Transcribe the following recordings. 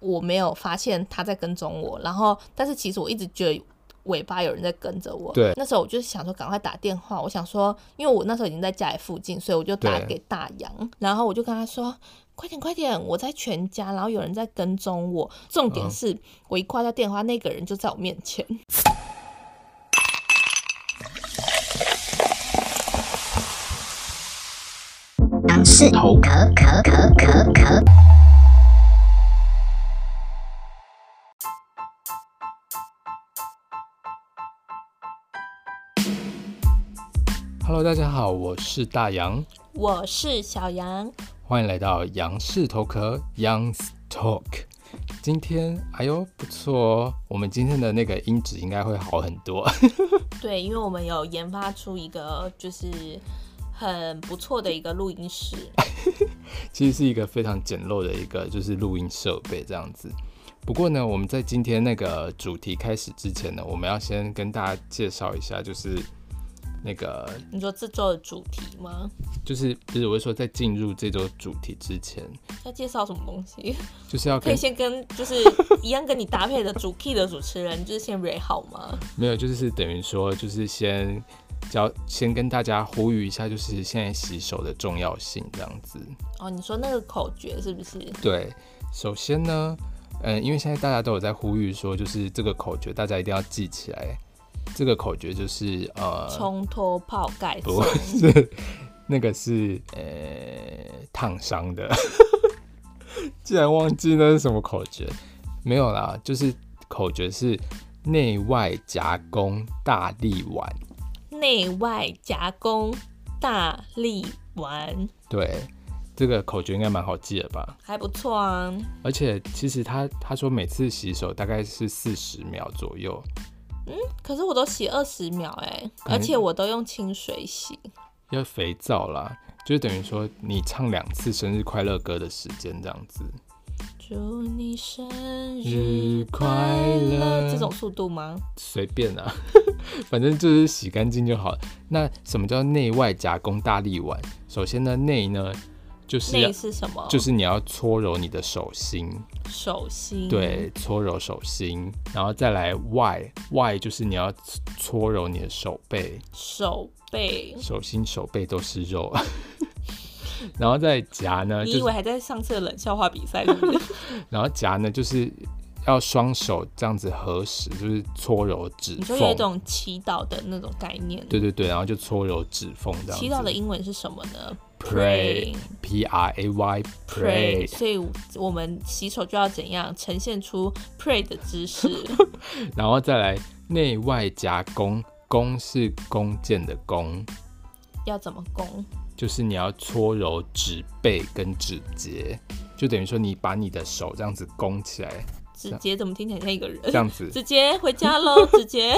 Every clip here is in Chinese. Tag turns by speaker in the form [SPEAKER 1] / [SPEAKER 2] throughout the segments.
[SPEAKER 1] 我没有发现他在跟踪我，然后但是其实我一直觉得尾巴有人在跟着我。
[SPEAKER 2] 对
[SPEAKER 1] 那时候我就想说赶快打电话，我想说，因为我那时候已经在家里附近，所以我就打
[SPEAKER 2] 对
[SPEAKER 1] 给大洋，然后我就跟他说。快点，快点！我在全家，然后有人在跟踪我。重点
[SPEAKER 2] 嗯
[SPEAKER 1] 是、我一挂掉电话，那个人就在我面前。
[SPEAKER 3] 唐氏
[SPEAKER 2] 头
[SPEAKER 3] 可可可可可。
[SPEAKER 2] Hello，大家好，我是大杨，
[SPEAKER 1] 我是小杨，
[SPEAKER 2] 欢迎来到杨氏头壳 Young's Talk。今天，哎呦，不错哦，我们今天的那个音质应该会好很多。
[SPEAKER 1] 对，因为我们有研发出一个就是很不错的一个录音室，
[SPEAKER 2] 其实是一个非常简陋的一个就是录音设备这样子。不过呢，我们在今天那个主题开始之前呢，我们要先跟大家介绍一下，就是那个
[SPEAKER 1] 你说这周的主题吗？
[SPEAKER 2] 就是不是我是说，在进入这周主题之前，
[SPEAKER 1] 要介绍什么东西？
[SPEAKER 2] 就是要
[SPEAKER 1] 可以
[SPEAKER 2] 跟
[SPEAKER 1] 先跟就是一样跟你搭配的主 key 的主持人，就是先 re 好吗？
[SPEAKER 2] 没有，就是等于说，就是先教先跟大家呼吁一下，就是现在洗手的重要性这样子。
[SPEAKER 1] 哦，你说那个口诀是不是？
[SPEAKER 2] 对，首先呢，嗯，因为现在大家都有在呼吁说，就是这个口诀大家一定要记起来。这个口诀就是呃，
[SPEAKER 1] 冲脱泡盖
[SPEAKER 2] 不
[SPEAKER 1] 送，
[SPEAKER 2] 是，那个是呃烫伤的。 竟然忘记那是什么口诀？没有啦，就是口诀是内外夹攻大力丸。
[SPEAKER 1] 内外夹攻，大力丸，
[SPEAKER 2] 对，这个口诀应该蛮好记的吧？
[SPEAKER 1] 还不错啊。
[SPEAKER 2] 而且其实他他说每次洗手大概是四十秒左右，
[SPEAKER 1] 可是我都洗二十秒哎、而且我都用清水洗。
[SPEAKER 2] 要肥皂啦，就是等于说你唱两次生日快乐歌的时间这样子。
[SPEAKER 1] 祝你生
[SPEAKER 2] 日快乐
[SPEAKER 1] 这种速度吗？
[SPEAKER 2] 随便啊， 反正就是洗干净就好了。那什么叫内外夹攻大力丸？首先呢，内呢就是要
[SPEAKER 1] 那是什么？
[SPEAKER 2] 就是你要搓揉你的手心，
[SPEAKER 1] 手心。
[SPEAKER 2] 对，，搓揉手心，然后再来外外就是你要搓揉你的手背，
[SPEAKER 1] 手背。
[SPEAKER 2] 手心手背都是肉， 然后再夹呢，
[SPEAKER 1] 你
[SPEAKER 2] 呃就
[SPEAKER 1] 以为
[SPEAKER 2] 是
[SPEAKER 1] 还在上次的冷笑话比赛是不是？
[SPEAKER 2] 然后夹呢就是要双手这样子合十，就是搓揉指
[SPEAKER 1] 你说有一
[SPEAKER 2] 缝。
[SPEAKER 1] 种祈祷的那种概念。
[SPEAKER 2] 对对对，然后就搓揉指缝这样子。
[SPEAKER 1] 祈祷的英文是什么呢
[SPEAKER 2] pray p r a
[SPEAKER 1] Pray，
[SPEAKER 2] y pray，
[SPEAKER 1] 所以我们洗手就要怎样呈现出 pray 的姿势？
[SPEAKER 2] 然后再来内外夹弓，弓是弓箭的弓，
[SPEAKER 1] 要怎么攻？
[SPEAKER 2] 就是你要搓揉指背跟指节，就等于说你把你的手这样子弓起来，
[SPEAKER 1] 直接怎么听起来像一个人？
[SPEAKER 2] 这样子
[SPEAKER 1] 直接回家喽，直 接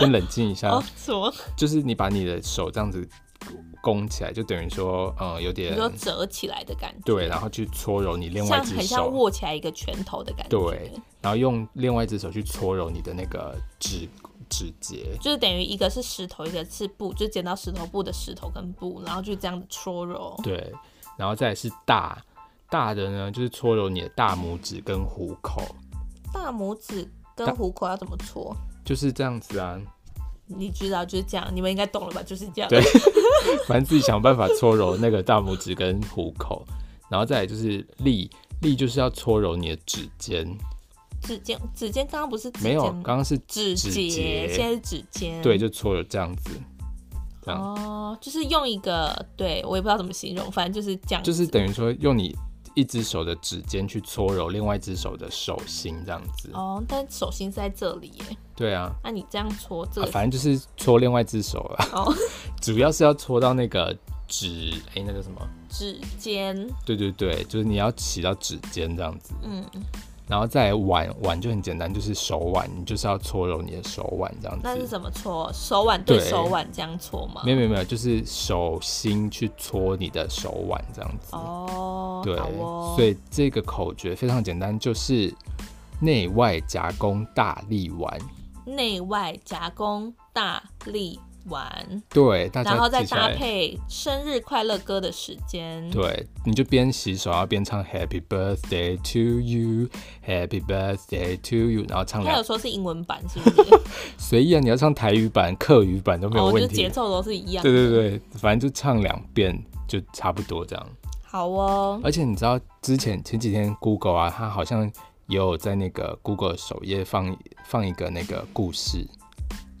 [SPEAKER 2] 先冷静一下
[SPEAKER 1] 哦，，什么？
[SPEAKER 2] 就是你把你的手这样子弓起来，就等于说嗯有
[SPEAKER 1] 你
[SPEAKER 2] 点
[SPEAKER 1] 说折起来的感觉，
[SPEAKER 2] 对，然后去搓揉你另外
[SPEAKER 1] 像
[SPEAKER 2] 一只
[SPEAKER 1] 很像
[SPEAKER 2] 手。
[SPEAKER 1] 握起来一个拳头的感觉，
[SPEAKER 2] 对，然后用另外一只手去搓揉你的那个指指节，
[SPEAKER 1] 就是等于一个是石头，一个是布，就是剪刀石头布的石头跟布，然后就这样子搓揉。
[SPEAKER 2] 对，然后再来是大大的呢，就是搓揉你的大拇指跟虎口，
[SPEAKER 1] 大拇指跟
[SPEAKER 2] 大
[SPEAKER 1] 虎口要怎么搓？
[SPEAKER 2] 就是这样子啊。
[SPEAKER 1] 你知道就是这样，你们应该懂了吧？就是这样。
[SPEAKER 2] 对反正自己想办法搓揉那个大拇指跟虎口，然后再来就是力力，就是要搓揉你的指尖，
[SPEAKER 1] 指尖，指尖刚刚不是指尖
[SPEAKER 2] 没有，刚刚是
[SPEAKER 1] 指
[SPEAKER 2] 指
[SPEAKER 1] 节，现在
[SPEAKER 2] 节，
[SPEAKER 1] 是指尖。
[SPEAKER 2] 对，就搓揉这样子，这样、
[SPEAKER 1] 哦，就是用一个，对我也不知道怎么形容，反正就是这样子，
[SPEAKER 2] 就是等于说用你一只手的指尖去搓揉另外一只手的手心，这样子，
[SPEAKER 1] 哦，但手心是在这里耶，
[SPEAKER 2] 对啊。
[SPEAKER 1] 那、你这样搓这
[SPEAKER 2] 啊
[SPEAKER 1] 个、
[SPEAKER 2] 反正就是搓另外一只手啊，
[SPEAKER 1] 哦，
[SPEAKER 2] 主要是要搓到那个指，哎、那叫什么？
[SPEAKER 1] 指尖，
[SPEAKER 2] 对对对，就是你要洗到指尖这样子，
[SPEAKER 1] 嗯，
[SPEAKER 2] 然后再来腕腕就很简单，就是手腕，你就是要搓揉你的手腕这样
[SPEAKER 1] 那是
[SPEAKER 2] 子。
[SPEAKER 1] 怎么搓？手腕对
[SPEAKER 2] 对
[SPEAKER 1] 手腕这样搓吗？
[SPEAKER 2] 没有没有没有，就是手心去搓你的手腕这样子。
[SPEAKER 1] 哦，
[SPEAKER 2] 对，
[SPEAKER 1] 好哦、
[SPEAKER 2] 所以这个口诀非常简单，就是内外夹攻大力丸。
[SPEAKER 1] 内外夹攻大力玩，
[SPEAKER 2] 对，大家
[SPEAKER 1] 然后再
[SPEAKER 2] 记起
[SPEAKER 1] 搭
[SPEAKER 2] 来。
[SPEAKER 1] 配生日快乐歌的时间。
[SPEAKER 2] 对，你就边洗手，然后边唱 Happy Birthday to you，Happy Birthday to you，然后唱
[SPEAKER 1] 他有
[SPEAKER 2] 两
[SPEAKER 1] 说是英文版，是不是？
[SPEAKER 2] 随意啊，你要唱台语版、客语版都没有
[SPEAKER 1] 哦，就
[SPEAKER 2] 问
[SPEAKER 1] 是
[SPEAKER 2] 题。
[SPEAKER 1] 节奏都是一样。
[SPEAKER 2] 对对对，反正就唱两遍就差不多这样。
[SPEAKER 1] 好哦，
[SPEAKER 2] 而且你知道之前前几天 Google 啊，它好像也有在那个 Google 首页放放一个那个故事，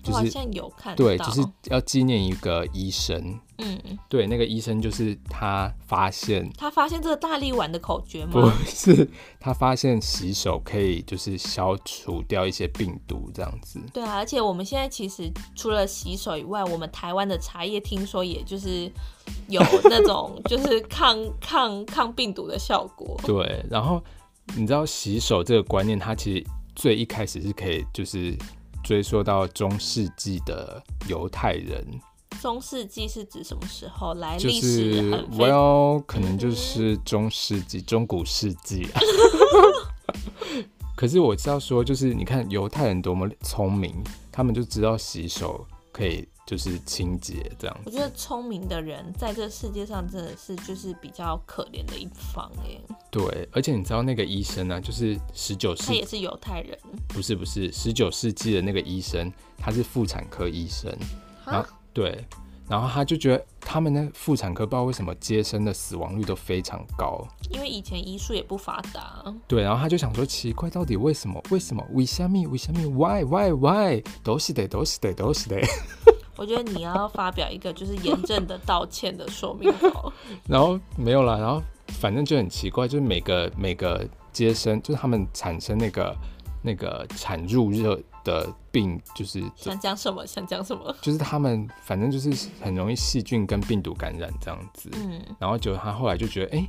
[SPEAKER 2] 就
[SPEAKER 1] 我好
[SPEAKER 2] 是
[SPEAKER 1] 像有看到。
[SPEAKER 2] 对，就是要纪念一个医生。
[SPEAKER 1] 嗯，
[SPEAKER 2] 对，那个医生就是他发现
[SPEAKER 1] 他发现这个大力丸的口诀
[SPEAKER 2] 不
[SPEAKER 1] 吗？
[SPEAKER 2] 是他发现洗手可以就是消除掉一些病毒这样子。
[SPEAKER 1] 对啊，而且我们现在其实除了洗手以外，我们台湾的茶叶听说也就是有 那种就是抗抗抗病毒的效果。
[SPEAKER 2] 对，然后你知道洗手这个观念，它其实最一开始是可以就是追溯到中世纪的犹太人，
[SPEAKER 1] 中世纪是指什么时候？来
[SPEAKER 2] 就
[SPEAKER 1] 历史
[SPEAKER 2] 是
[SPEAKER 1] 很非
[SPEAKER 2] well 可能就是中世纪、中古世纪。啊 可是我知道说，就是你看犹太人多么聪明，他们就知道洗手可以就是清洁这样
[SPEAKER 1] 我觉得聪明的人在这世界上真的是就是比较可怜的一方哎，
[SPEAKER 2] 对，而且你知道那个医生呢、就是十九世
[SPEAKER 1] 他也是犹太人
[SPEAKER 2] 不是不是十九世纪的那个医生，他是妇产科医生，然后
[SPEAKER 1] 啊，
[SPEAKER 2] 对，然后他就觉得他们那妇产科不知道为什么接生的死亡率都非常高，
[SPEAKER 1] 因为以前医术也不发达，
[SPEAKER 2] 对，然后他就想说奇怪，到底为什么？为什么？为什么？为什么？Why why why？都是的，都是的，都是的。
[SPEAKER 1] 我觉得你要发表一个就是严正的道歉的说明 稿，
[SPEAKER 2] 然后没有啦，然后反正就很奇怪，就是每个每个接生，就是他们产生那个那个产褥热的病，就是
[SPEAKER 1] 想讲什么想讲什么。
[SPEAKER 2] 就是他们反正就是很容易细菌跟病毒感染这样子。
[SPEAKER 1] 嗯，
[SPEAKER 2] 然后结果他后来就觉得，哎、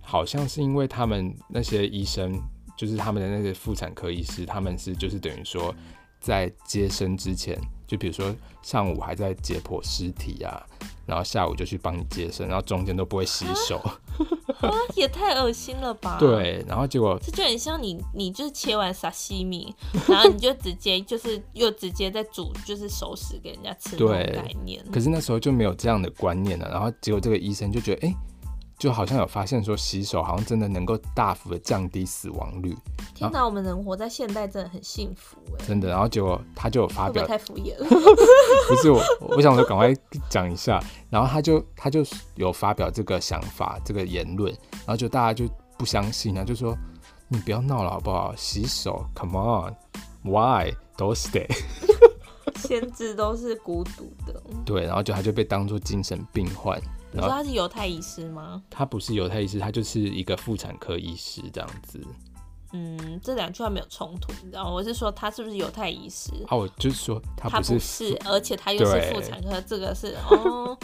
[SPEAKER 2] 好像是因为他们那些医生，就是他们的那些妇产科医师，他们是就是等于说在接生之前，就比如说上午还在解剖尸体啊，然后下午就去帮你接生，然后中间都不会洗手，
[SPEAKER 1] 啊，也太恶心了吧？，
[SPEAKER 2] 对，啊然后结果
[SPEAKER 1] 这就很像你，你就是切完沙西米， 然后你就直接就是又直接在煮，就是熟食给人家吃那种
[SPEAKER 2] 对
[SPEAKER 1] 概念。
[SPEAKER 2] 可是那时候就没有这样的观念了，然后结果这个医生就觉得，哎、就好像有发现说洗手好像真的能够大幅的降低死亡率，
[SPEAKER 1] 天
[SPEAKER 2] 啊
[SPEAKER 1] 哪，我们能活在现代真的很幸福哎，
[SPEAKER 2] 真的。然后结果他就有发
[SPEAKER 1] 会不
[SPEAKER 2] 表
[SPEAKER 1] 会太敷衍 了？
[SPEAKER 2] 不是我，我想说赶快讲一下，然后他就他就有发表这个想法、这个言论，然后就大家就不相信啊，就说你不要闹了好不好？洗手，Come on，Why 都是得
[SPEAKER 1] 先知都是孤独的。
[SPEAKER 2] 对，然后就他就被当做精神病患，
[SPEAKER 1] 你
[SPEAKER 2] 然
[SPEAKER 1] 说
[SPEAKER 2] 后
[SPEAKER 1] 他是犹太医师吗？
[SPEAKER 2] 他不是犹太医师，他就是一个妇产科医师这样子
[SPEAKER 1] 嗯，这两句话没有冲突，你知道吗？我是说他是不是犹太医师？
[SPEAKER 2] 啊，我就说他
[SPEAKER 1] 他
[SPEAKER 2] 不
[SPEAKER 1] 不
[SPEAKER 2] 是
[SPEAKER 1] 是，而且他又是
[SPEAKER 2] 对
[SPEAKER 1] 妇产科，这个 是哦，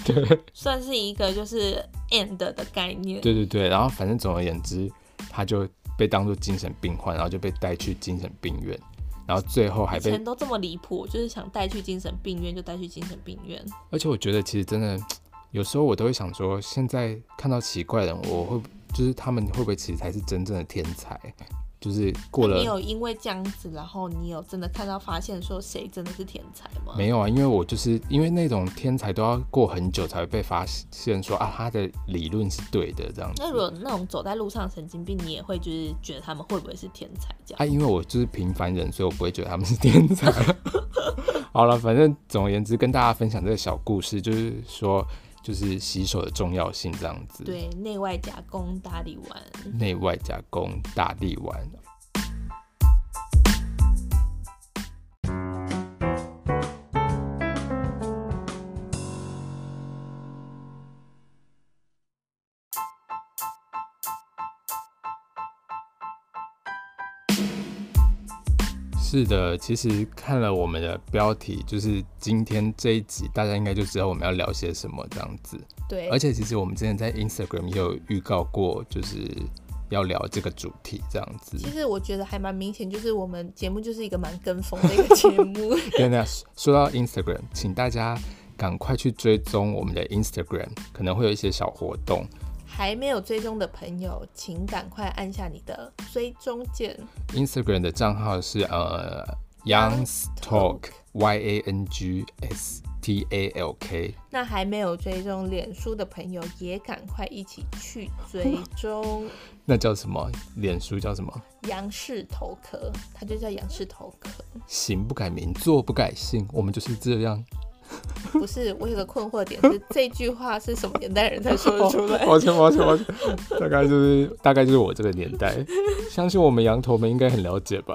[SPEAKER 1] 算是一个就是 end 的概念。
[SPEAKER 2] 对对对，然后反正总而言之，他就被当做精神病患，然后就被带去精神病院，然后最后还
[SPEAKER 1] 以
[SPEAKER 2] 被
[SPEAKER 1] 前都这么离谱，就是想带去精神病院就带去精神病院。
[SPEAKER 2] 而且我觉得其实真的，有时候我都会想说，现在看到奇怪的人，我会就是他们会不会其实才是真正的天才？就是过
[SPEAKER 1] 那啊
[SPEAKER 2] 了
[SPEAKER 1] 你有因为这样子，然后你有真的看到发现说谁真的是天才吗？
[SPEAKER 2] 没有啊？因为我就是因为那种天才都要过很久才会被发现说啊，他的理论是对的这样子
[SPEAKER 1] 那。如果那种走在路上的神经病，你也会就是觉得他们会不会是天才这样？
[SPEAKER 2] 啊，因为我就是平凡人，所以我不会觉得他们是天才。 好了，反正总而言之，跟大家分享这个小故事，就是说，就是洗手的重要性这样子。
[SPEAKER 1] 对，内外夹攻打理完，
[SPEAKER 2] 内外夹攻大力丸。是的，其实看了我们的标题，就是今天这一集，大家应该就知道我们要聊些什么这样子。
[SPEAKER 1] 对，
[SPEAKER 2] 而且其实我们之前在 Instagram 也有预告过，就是要聊这个主题这样子。
[SPEAKER 1] 其实我觉得还蛮明显，就是我们节目就是一个蛮跟风的一个节目。
[SPEAKER 2] 对，那说到 Instagram，请大家赶快去追踪我们的 Instagram，可能会有一些小活动。
[SPEAKER 1] 还没有追踪的朋友，请赶快按下你的追踪键。
[SPEAKER 2] Instagram 的账号是呃 Youngs Talk Y A N G S T A L K。
[SPEAKER 1] 那还没有追踪脸书的朋友，也赶快一起去追踪
[SPEAKER 2] 那叫什么？脸书叫什么？
[SPEAKER 1] 杨氏头壳，它就叫杨氏头壳。
[SPEAKER 2] 行不改名，坐不改姓，我们就是这样。
[SPEAKER 1] 不是，我有个困惑点是，这句话是什么年代人才说得出 来？
[SPEAKER 2] 抱歉，抱歉，抱歉，大概就是大概就是我这个年 代，相信我们羊头们应该很了解吧。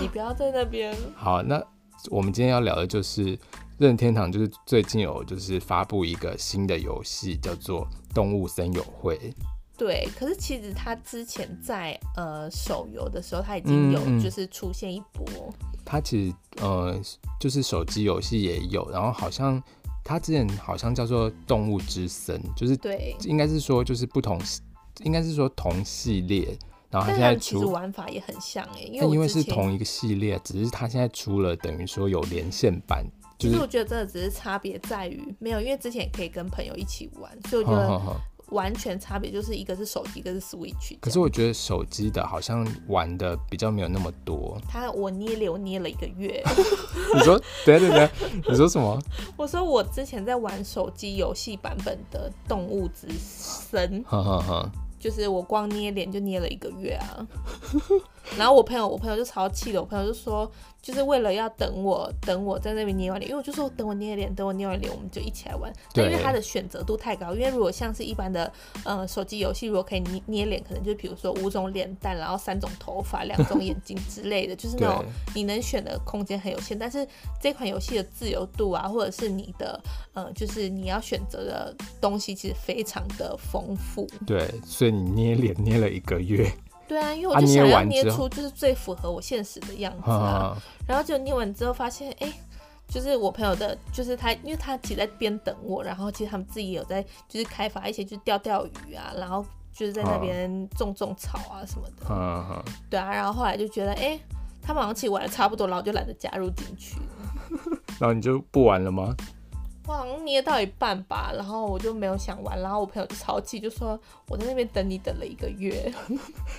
[SPEAKER 1] 你不要在那边。
[SPEAKER 2] 好，那我们今天要聊的就是任天堂，就是最近有就是发布一个新的游戏，叫做《动物森友会》。
[SPEAKER 1] 对，可是其实它之前在呃手游的时候，它已经有
[SPEAKER 2] 嗯嗯
[SPEAKER 1] 就是出现一波，
[SPEAKER 2] 它其实呃就是手机游戏也有，然后好像它之前好像叫做《动物之森》，就是
[SPEAKER 1] 对，
[SPEAKER 2] 应该是说就是不同系，应该是说同系列，然后
[SPEAKER 1] 但是
[SPEAKER 2] 它现
[SPEAKER 1] 它
[SPEAKER 2] 在
[SPEAKER 1] 们其实
[SPEAKER 2] 出。
[SPEAKER 1] 玩法也很像哎、因为
[SPEAKER 2] 但
[SPEAKER 1] 我
[SPEAKER 2] 因为
[SPEAKER 1] 之
[SPEAKER 2] 是
[SPEAKER 1] 前
[SPEAKER 2] 同一个系列，只是它现在出了，等于说有连线版，
[SPEAKER 1] 其
[SPEAKER 2] 就是
[SPEAKER 1] 实我觉得真的只是差别在于没有，因为之前也可以跟朋友一起玩，所以我觉
[SPEAKER 2] 哼哼
[SPEAKER 1] 得
[SPEAKER 2] 哼
[SPEAKER 1] 完全差别就是一个是手机，一个是 Switch
[SPEAKER 2] 可
[SPEAKER 1] 这
[SPEAKER 2] 是
[SPEAKER 1] 样。
[SPEAKER 2] 我觉得手机的好像玩的比较没有那么多。
[SPEAKER 1] 他我捏脸，我捏了一个月。
[SPEAKER 2] 你说，等一下等一下，你说什么？
[SPEAKER 1] 我说我之前在玩手机游戏版本的《动物之森》，
[SPEAKER 2] 哼哼哼，
[SPEAKER 1] 就是我光捏脸就捏了一个月啊。 然后我朋友，我朋友就超气的，我朋友就说，就是为了要等我，等我在那边捏完脸，因为我就说等我捏脸，等我捏完脸，我们就一起来玩。但因为
[SPEAKER 2] 对
[SPEAKER 1] 它的选择度太高，因为如果像是一般的呃手机游戏，如果可以捏捏脸，可能就比如说五种脸蛋，然后三种头发，两种眼睛之类 的，哦就是那种
[SPEAKER 2] 对
[SPEAKER 1] 你能选的空间很有限。但是这款游戏的自由度啊，或者是你的呃，就是你要选择的东西，其实非常的丰富。
[SPEAKER 2] 对，所以你捏脸捏了一个月，
[SPEAKER 1] 对啊，因为
[SPEAKER 2] 啊
[SPEAKER 1] 我就
[SPEAKER 2] 捏
[SPEAKER 1] 想要
[SPEAKER 2] 完
[SPEAKER 1] 捏
[SPEAKER 2] 之后
[SPEAKER 1] 出就是最符合我现实的样子
[SPEAKER 2] 哼哼
[SPEAKER 1] 啊，
[SPEAKER 2] 哼
[SPEAKER 1] 然后就捏完之后发现，哎、就是我朋友的，就是他，因为他其实在边等我，然后其实他们自己也有在就是开发一些就是钓钓鱼啊，然后就是在那
[SPEAKER 2] 嗯
[SPEAKER 1] 边种种草啊什么的，
[SPEAKER 2] 哼哼，
[SPEAKER 1] 对啊，然后后来就觉得，哎、他们好像其实玩的差不多，然后我就懒得加入进去了。
[SPEAKER 2] 然后你就不玩了吗？
[SPEAKER 1] 我好像捏到一半吧，然后我就没有想玩，然后我朋友就超气，就说我在那边等你等了一个月。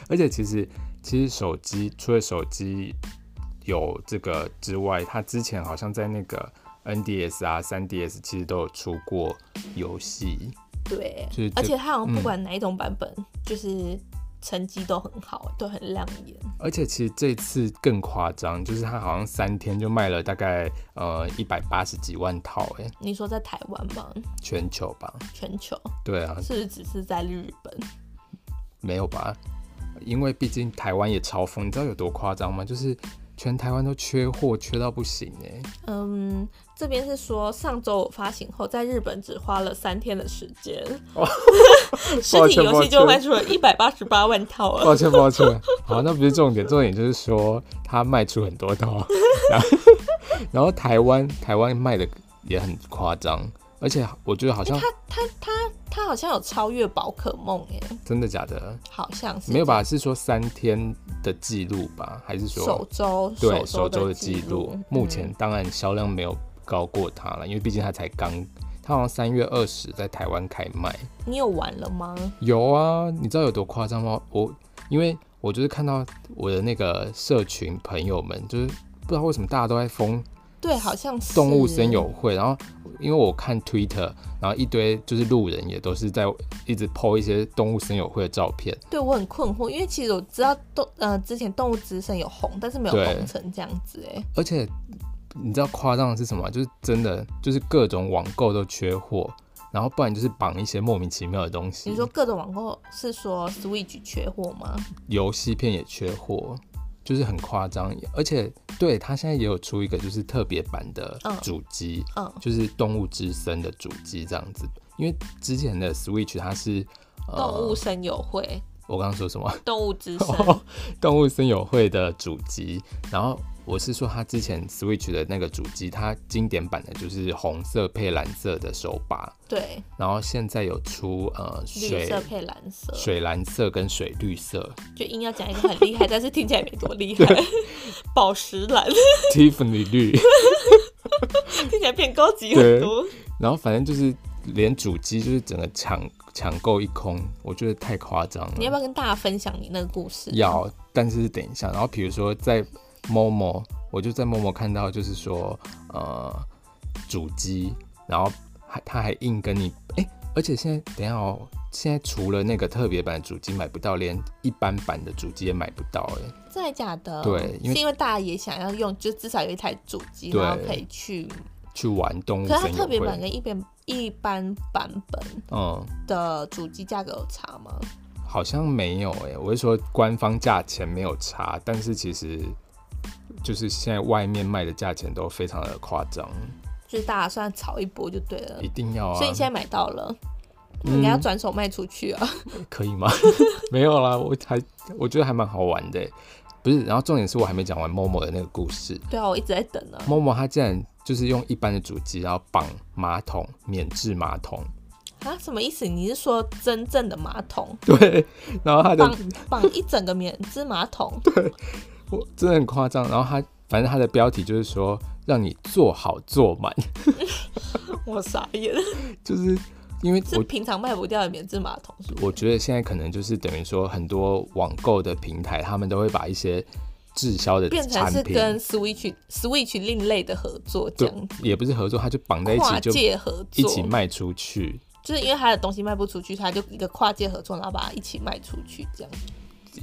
[SPEAKER 2] 而且其实其实手机除了手机有这个之外，它之前好像在那个 NDS 啊、3DS 其实都有出过游戏，
[SPEAKER 1] 对
[SPEAKER 2] 就是，
[SPEAKER 1] 而
[SPEAKER 2] 这
[SPEAKER 1] 且他好像不
[SPEAKER 2] 嗯
[SPEAKER 1] 管哪一种版本，就是成绩都很好，都很亮眼。
[SPEAKER 2] 而且其实这次更夸张，就是它好像三天就卖了大概呃一百八十几万套、欸，哎，
[SPEAKER 1] 你说在台湾吗？
[SPEAKER 2] 全球吧？
[SPEAKER 1] 全球
[SPEAKER 2] 对啊，
[SPEAKER 1] 是不是只是在日本？
[SPEAKER 2] 没有吧？因为毕竟台湾也超疯，你知道有多夸张吗？就是全台湾都缺货，缺到不行哎、
[SPEAKER 1] 嗯，这边是说上周我发行后，在日本只花了三天的时 间，实体游戏就卖出了一百八十八万套了。
[SPEAKER 2] 抱歉，抱歉。好，那不是重点，重点就是说它卖出很多套，然后然后台湾台湾卖的也很夸张，而且我觉得好像
[SPEAKER 1] 他他他他好像有超越宝可梦耶，
[SPEAKER 2] 真的假的，
[SPEAKER 1] 好像是
[SPEAKER 2] 没有吧？是说三天的记录吧？还是说
[SPEAKER 1] 首周？
[SPEAKER 2] 对
[SPEAKER 1] 首
[SPEAKER 2] 首周
[SPEAKER 1] 的
[SPEAKER 2] 的记录
[SPEAKER 1] 录，，嗯
[SPEAKER 2] 目前当然销量没有高过它了，因为毕竟它才刚，它好像三月二十在台湾开卖。
[SPEAKER 1] 你有玩了吗？
[SPEAKER 2] 有啊，你知道有多夸张吗？我因为我就是看到我的那个社群朋友们，就是不知道为什么大家都在疯
[SPEAKER 1] 对，好像是
[SPEAKER 2] 动物森友会，然后因为我看 Twitter，然后一堆就是路人也都是在一直 PO 一些动物森友会的照片，
[SPEAKER 1] 对我很困惑，因为其实我知道动呃之前动物之声有红，但是没有
[SPEAKER 2] 对
[SPEAKER 1] 红成这样子哎、
[SPEAKER 2] 而且你知道夸张的是什么吗？就是真的，就是各种网购都缺货，然后不然就是绑一些莫名其妙的东西。
[SPEAKER 1] 你说各种网购是
[SPEAKER 2] 哦
[SPEAKER 1] 说 Switch 缺货吗？
[SPEAKER 2] 游戏片也缺货，就是很夸张。而且对它现在也有出一个就是特别版的
[SPEAKER 1] 嗯
[SPEAKER 2] 主机，
[SPEAKER 1] 嗯
[SPEAKER 2] 就是《动物之森》的主机这样子。因为之前的 Switch 它是、呃、
[SPEAKER 1] 动物，声友会，
[SPEAKER 2] 我刚刚说什么？
[SPEAKER 1] 动物之声，
[SPEAKER 2] 哦动物森友会的主机，然后我是说它之前 Switch 的那个主机，它经典版的就是红色配蓝色的手把，
[SPEAKER 1] 对，
[SPEAKER 2] 然后现在有出呃
[SPEAKER 1] 绿
[SPEAKER 2] 水
[SPEAKER 1] 色配蓝色，
[SPEAKER 2] 水蓝色跟水绿色
[SPEAKER 1] 就硬要讲一个很厉害，但是听起来没多厉害， 宝石 蓝
[SPEAKER 2] Tiffany 绿，
[SPEAKER 1] 听起来变高级很多。
[SPEAKER 2] 然后反正就是连主机就是整个抢抢购一空，我觉得太夸张了。
[SPEAKER 1] 你要不要跟大家分享你那个故事？
[SPEAKER 2] 要，但是等一下，然后比如说在某某，我就在某某看到，就是说，呃，主机，然后还他还硬跟你哎、而且现在等一下哦，现在除了那个特别版的主机买不到，连一般版的主机也买不到哎、
[SPEAKER 1] 真的假的？
[SPEAKER 2] 对因为
[SPEAKER 1] 是因为大家也想要用，就至少有一台主机，
[SPEAKER 2] 对
[SPEAKER 1] 然后可以去。
[SPEAKER 2] 去玩动物
[SPEAKER 1] 可是它
[SPEAKER 2] 森
[SPEAKER 1] 特
[SPEAKER 2] 友
[SPEAKER 1] 别版
[SPEAKER 2] 会，
[SPEAKER 1] 跟一般一般版本
[SPEAKER 2] 嗯，
[SPEAKER 1] 的主机价格有差吗？
[SPEAKER 2] 好像没有哎、我是说官方价钱没有差，但是其实就是现在外面卖的价钱都非常的夸张，
[SPEAKER 1] 就是大家算炒一波就对了
[SPEAKER 2] 一。定要啊，
[SPEAKER 1] 呃所以你现在买到了，你
[SPEAKER 2] 嗯
[SPEAKER 1] 应该要转手卖出去啊！
[SPEAKER 2] 可以吗？没有啦，我还我觉得还蛮好玩的欸，不是。然后重点是我还没讲完 Momo 的那个故事。
[SPEAKER 1] 对啊，我一直在等啊。
[SPEAKER 2] Momo 他竟然就是用一般的主机，然后绑马桶，免治马桶，
[SPEAKER 1] 啊，什么意思？你是说真正的马桶
[SPEAKER 2] 对。然后他的
[SPEAKER 1] 绑绑一整个免治马桶？对，
[SPEAKER 2] 我真的很夸张。然后他反正他的标题就是说让你坐好坐满，
[SPEAKER 1] 我傻眼，
[SPEAKER 2] 就是因为
[SPEAKER 1] 是
[SPEAKER 2] 我
[SPEAKER 1] 平常卖不掉的免治马桶是不是
[SPEAKER 2] 我觉得现在可能就是等于说很多网购的平台，他们都会把一些滞销的
[SPEAKER 1] 变成
[SPEAKER 2] 产
[SPEAKER 1] 是
[SPEAKER 2] 品，
[SPEAKER 1] 跟 Switch Switch 另类的合作这
[SPEAKER 2] 对
[SPEAKER 1] 样子，，
[SPEAKER 2] 也不是合作，他就绑在一
[SPEAKER 1] 跨
[SPEAKER 2] 起就
[SPEAKER 1] 界合作，
[SPEAKER 2] 一起卖出去。
[SPEAKER 1] 就是因为他的东西卖不出去，他就一个跨界合作，然后把它一起卖出去这样。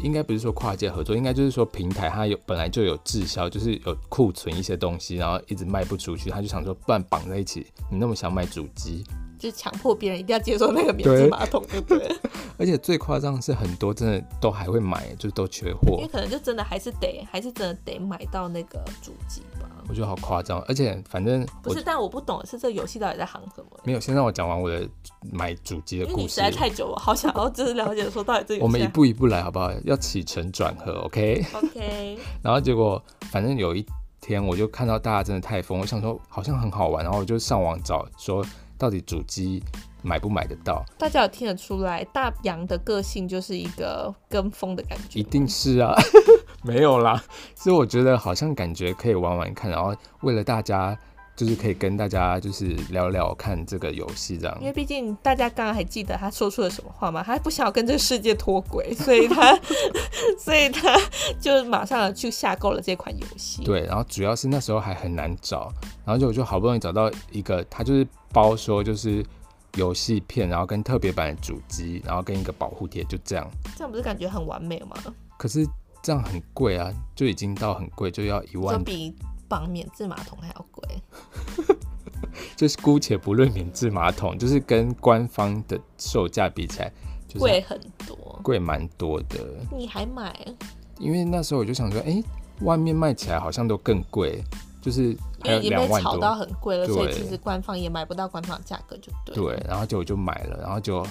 [SPEAKER 2] 应该不是说跨界合作，应该就是说平台它有本来就有滞销，就是有库存一些东西，然后一直卖不出去，他就想说，不然绑在一起，你那么想买主机，
[SPEAKER 1] 就是强迫别人一定要接受那个免治马桶，对不对了？
[SPEAKER 2] 而且最夸张的是很多真的都还会买，就都缺
[SPEAKER 1] 因为
[SPEAKER 2] 货，
[SPEAKER 1] 可能就真的还是得，还是真的得买到那个主机吧。
[SPEAKER 2] 我觉得好夸张。而且反正
[SPEAKER 1] 不
[SPEAKER 2] 我
[SPEAKER 1] 是，但我不懂的是这个游戏到底在行什么。
[SPEAKER 2] 没有先让我讲完我的买主机的
[SPEAKER 1] 因为你
[SPEAKER 2] 故
[SPEAKER 1] 实
[SPEAKER 2] 事，
[SPEAKER 1] 在太久了，我好想要就是了解说到底这
[SPEAKER 2] 我
[SPEAKER 1] 游戏
[SPEAKER 2] 们
[SPEAKER 1] 在
[SPEAKER 2] 一步一步来好不好？要起承转合，OK？
[SPEAKER 1] OK，
[SPEAKER 2] 然后结果反正有一天我就看到大家真的太疯，我想说好像很好玩，然后我就上网找说到底主机买不买得到。
[SPEAKER 1] 大家有听得出来，大洋的个性就是一个跟风的感觉
[SPEAKER 2] 一
[SPEAKER 1] 吗，
[SPEAKER 2] 定是啊， 没有啦。所以我觉得好像感觉可以玩玩看，然后为了大家，就是可以跟大家就是聊聊看这个游戏这样
[SPEAKER 1] 因。为毕竟大家刚刚还记得他说出了什么话嘛，他不想要跟这个世界脱轨， 所以他，所以他 就马上地去下购了这款游戏。，
[SPEAKER 2] 对，然后主要是那时候还很难找，然后就我就好不容易找到一个，它就是包说就是游戏片，然后跟特别版的主机，然后跟一个保护贴，就这样。
[SPEAKER 1] 这样不是感觉很完美吗？
[SPEAKER 2] 可是这样很贵啊，就已经到很贵，就要一
[SPEAKER 1] 就
[SPEAKER 2] 万，
[SPEAKER 1] 比绑免治马桶还要贵。
[SPEAKER 2] 就是姑且不论免治马桶，就是跟官方的售价比起来，就是
[SPEAKER 1] 贵很多，
[SPEAKER 2] 贵蛮多的。
[SPEAKER 1] 你还买？啊
[SPEAKER 2] 因为那时候我就想说，哎、外面卖起来好像都更贵，就是还
[SPEAKER 1] 因为
[SPEAKER 2] 有
[SPEAKER 1] 已经被
[SPEAKER 2] 两万
[SPEAKER 1] 炒到
[SPEAKER 2] 多，
[SPEAKER 1] 很贵了，所以
[SPEAKER 2] 对
[SPEAKER 1] 其实官方也买不到官方价格，就对。
[SPEAKER 2] 对，然后就我就买了，然后就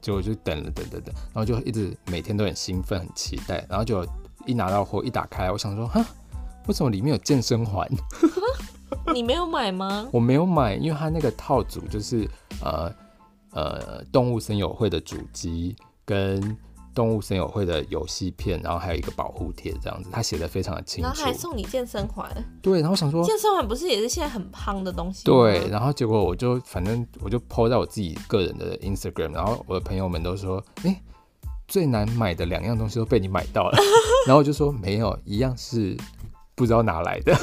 [SPEAKER 2] 就我就等了等等等，然后就一直每天都很兴奋很期待，然后就一拿到货一打开，我想说，哈，为什么里面有健身环？
[SPEAKER 1] 你没有买吗？
[SPEAKER 2] 我没有买，因为它那个套组就是呃呃动物森友会的主机跟。动物森友会的游戏片，然后还有一个保护贴，这样子，它写的非常的清
[SPEAKER 1] 然后还
[SPEAKER 2] 楚。
[SPEAKER 1] 送你健身环，
[SPEAKER 2] 对，然后我想说，
[SPEAKER 1] 健身环不是也是现在很夯的东西吗？
[SPEAKER 2] 对，然后结果我就反正我就 PO 在我自己个人的 Instagram，然后我的朋友们都说，哎、最难买的两样东西都被你买到了， 然后我就说没有，一样是不知道哪来的，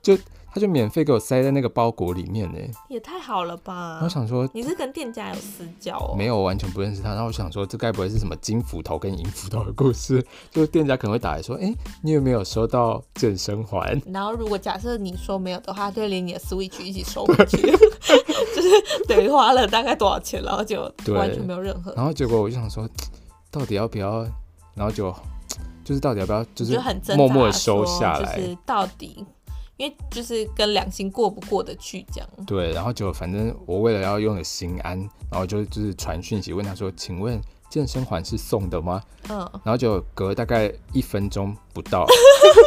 [SPEAKER 2] 就他就免费给我塞在那个包裹里面呢。
[SPEAKER 1] 也太好了
[SPEAKER 2] 然
[SPEAKER 1] 吧
[SPEAKER 2] 后我！想说。
[SPEAKER 1] 你是跟店家有私交哦？
[SPEAKER 2] 没有，我完全不认识他。然后我想说，这该不会是什么金斧头跟银斧头的故事？就是店家可能会打来说，哎、你有没有收到健身环？
[SPEAKER 1] 然后如果假设你说没有的话，就会连你的 Switch 一起收回 去，就是等于花了大概多少钱，然后就
[SPEAKER 2] 对
[SPEAKER 1] 完全没有任何，
[SPEAKER 2] 然后结果我就想说，到底要不要？然后就就是到底要不要？
[SPEAKER 1] 你
[SPEAKER 2] 就是
[SPEAKER 1] 就很挣扎
[SPEAKER 2] 默默地收
[SPEAKER 1] 说
[SPEAKER 2] 下来。
[SPEAKER 1] 就是到底，因为就是跟良心过不过得去这样。
[SPEAKER 2] 对，然后就反正我为了要用的心安，然后就就是传讯息问他说：“请问健身环是送的吗
[SPEAKER 1] 嗯？”，
[SPEAKER 2] 然后就隔大概一分钟不到，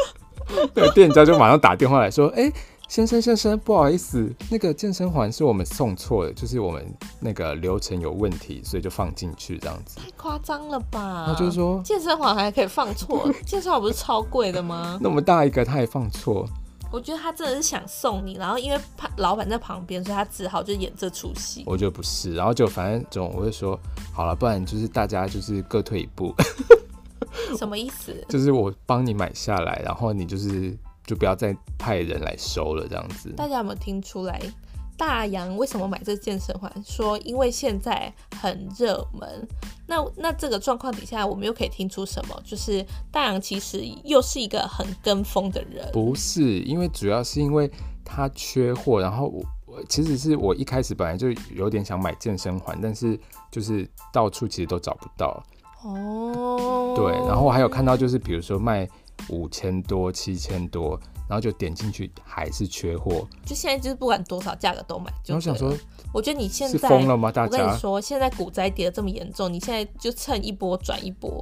[SPEAKER 2] 那个店家就马上打电话来说：“哎、先生先生，不好意思，那个健身环是我们送错了，就是我们那个流程有问题，所以就放进去这样子。”
[SPEAKER 1] 太夸张了吧？
[SPEAKER 2] 他就说
[SPEAKER 1] 健身环还可以放 错，健身环不是超贵的吗？
[SPEAKER 2] 那么大一个他还放错，
[SPEAKER 1] 我觉得他真的是想送你，然后因为怕老板在旁边，所以他只好就演这出戏。
[SPEAKER 2] 我觉得不是，然后就反正总我就说好了，不然就是大家就是各退一步，
[SPEAKER 1] 什么意思？
[SPEAKER 2] 就是我帮你买下来，然后你就是就不要再派人来收了，这样子。
[SPEAKER 1] 大家有没有听出来？大洋为什么买这健身环？说因为现在很热门。那那这个状况底下，我们又可以听出什么？就是大洋其实又是一个很跟风的人。
[SPEAKER 2] 不是，因为主要是因为它缺货，然后我我其实是我一开始本来就有点想买健身环，但是就是到处其实都找不到。
[SPEAKER 1] 哦，
[SPEAKER 2] 对，然后我还有看到就是比如说卖五千多、七千多，然后就点进去还是缺货，
[SPEAKER 1] 就现在就是不管多少价格都买就。
[SPEAKER 2] 然后我想说，
[SPEAKER 1] 我觉得你现
[SPEAKER 2] 是
[SPEAKER 1] 在
[SPEAKER 2] 疯了吗？大
[SPEAKER 1] 我跟你
[SPEAKER 2] 家
[SPEAKER 1] 说，现在股灾跌的这么严重，你现在就趁一波转一 波，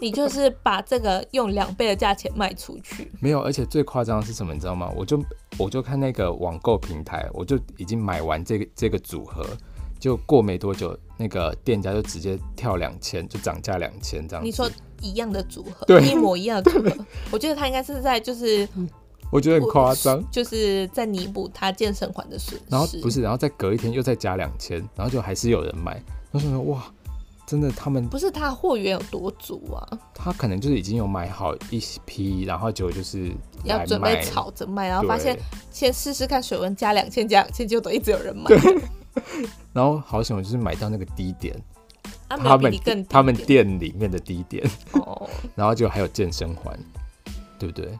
[SPEAKER 1] 你就是把这个用两倍的价钱卖出去。
[SPEAKER 2] 没有，而且最夸张的是什么，你知道吗？我就我就看那个网购平台，我就已经买完这个这个组合，就过没多久，那个店家就直接跳两千，就涨价两千这样子。
[SPEAKER 1] 你说一样的组合，
[SPEAKER 2] 对嗯
[SPEAKER 1] 一模一样的组合，我觉得他应该是在就是
[SPEAKER 2] 我觉得很夸张。
[SPEAKER 1] 就是在弥补他健身环的损失。
[SPEAKER 2] 然后不是，然后再隔一天又再加两千，然后就还是有人买。我想说，哇，真的，他们
[SPEAKER 1] 不是他货源有多足啊，
[SPEAKER 2] 他可能就是已经有买好一批，然后结果就是来
[SPEAKER 1] 要准备
[SPEAKER 2] 卖
[SPEAKER 1] 炒着卖，然后发
[SPEAKER 2] 对
[SPEAKER 1] 现先试试看水温加两千加两千，结果都一直有人买。
[SPEAKER 2] 然后好险，我就是买到那个低点，
[SPEAKER 1] 啊，没
[SPEAKER 2] 他
[SPEAKER 1] 有比
[SPEAKER 2] 们
[SPEAKER 1] 你更
[SPEAKER 2] 他们
[SPEAKER 1] 低一
[SPEAKER 2] 店里面的低点，
[SPEAKER 1] 点哦，
[SPEAKER 2] 然后结果还有健身环，对不对？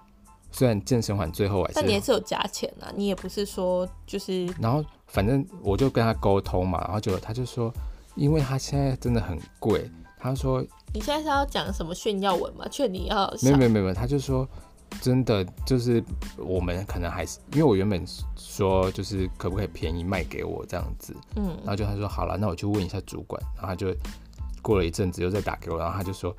[SPEAKER 2] 虽然健身环最后还
[SPEAKER 1] 但你也
[SPEAKER 2] 是，
[SPEAKER 1] 是有加钱啊，你也不是说就是
[SPEAKER 2] 然后反正我就跟他沟通嘛，然后结果他就说，因为他现在真的很贵，他说
[SPEAKER 1] 你现在是要讲什么炫耀文吗？劝你要
[SPEAKER 2] 没
[SPEAKER 1] 想
[SPEAKER 2] 有没有没有没有，他就说真的就是我们可能还是因为我原本说就是可不可以便宜卖给我这样子，
[SPEAKER 1] 嗯
[SPEAKER 2] 然后就他说好了，那我去问一下主管，然后他就过了一阵子又再打给我，然后他就说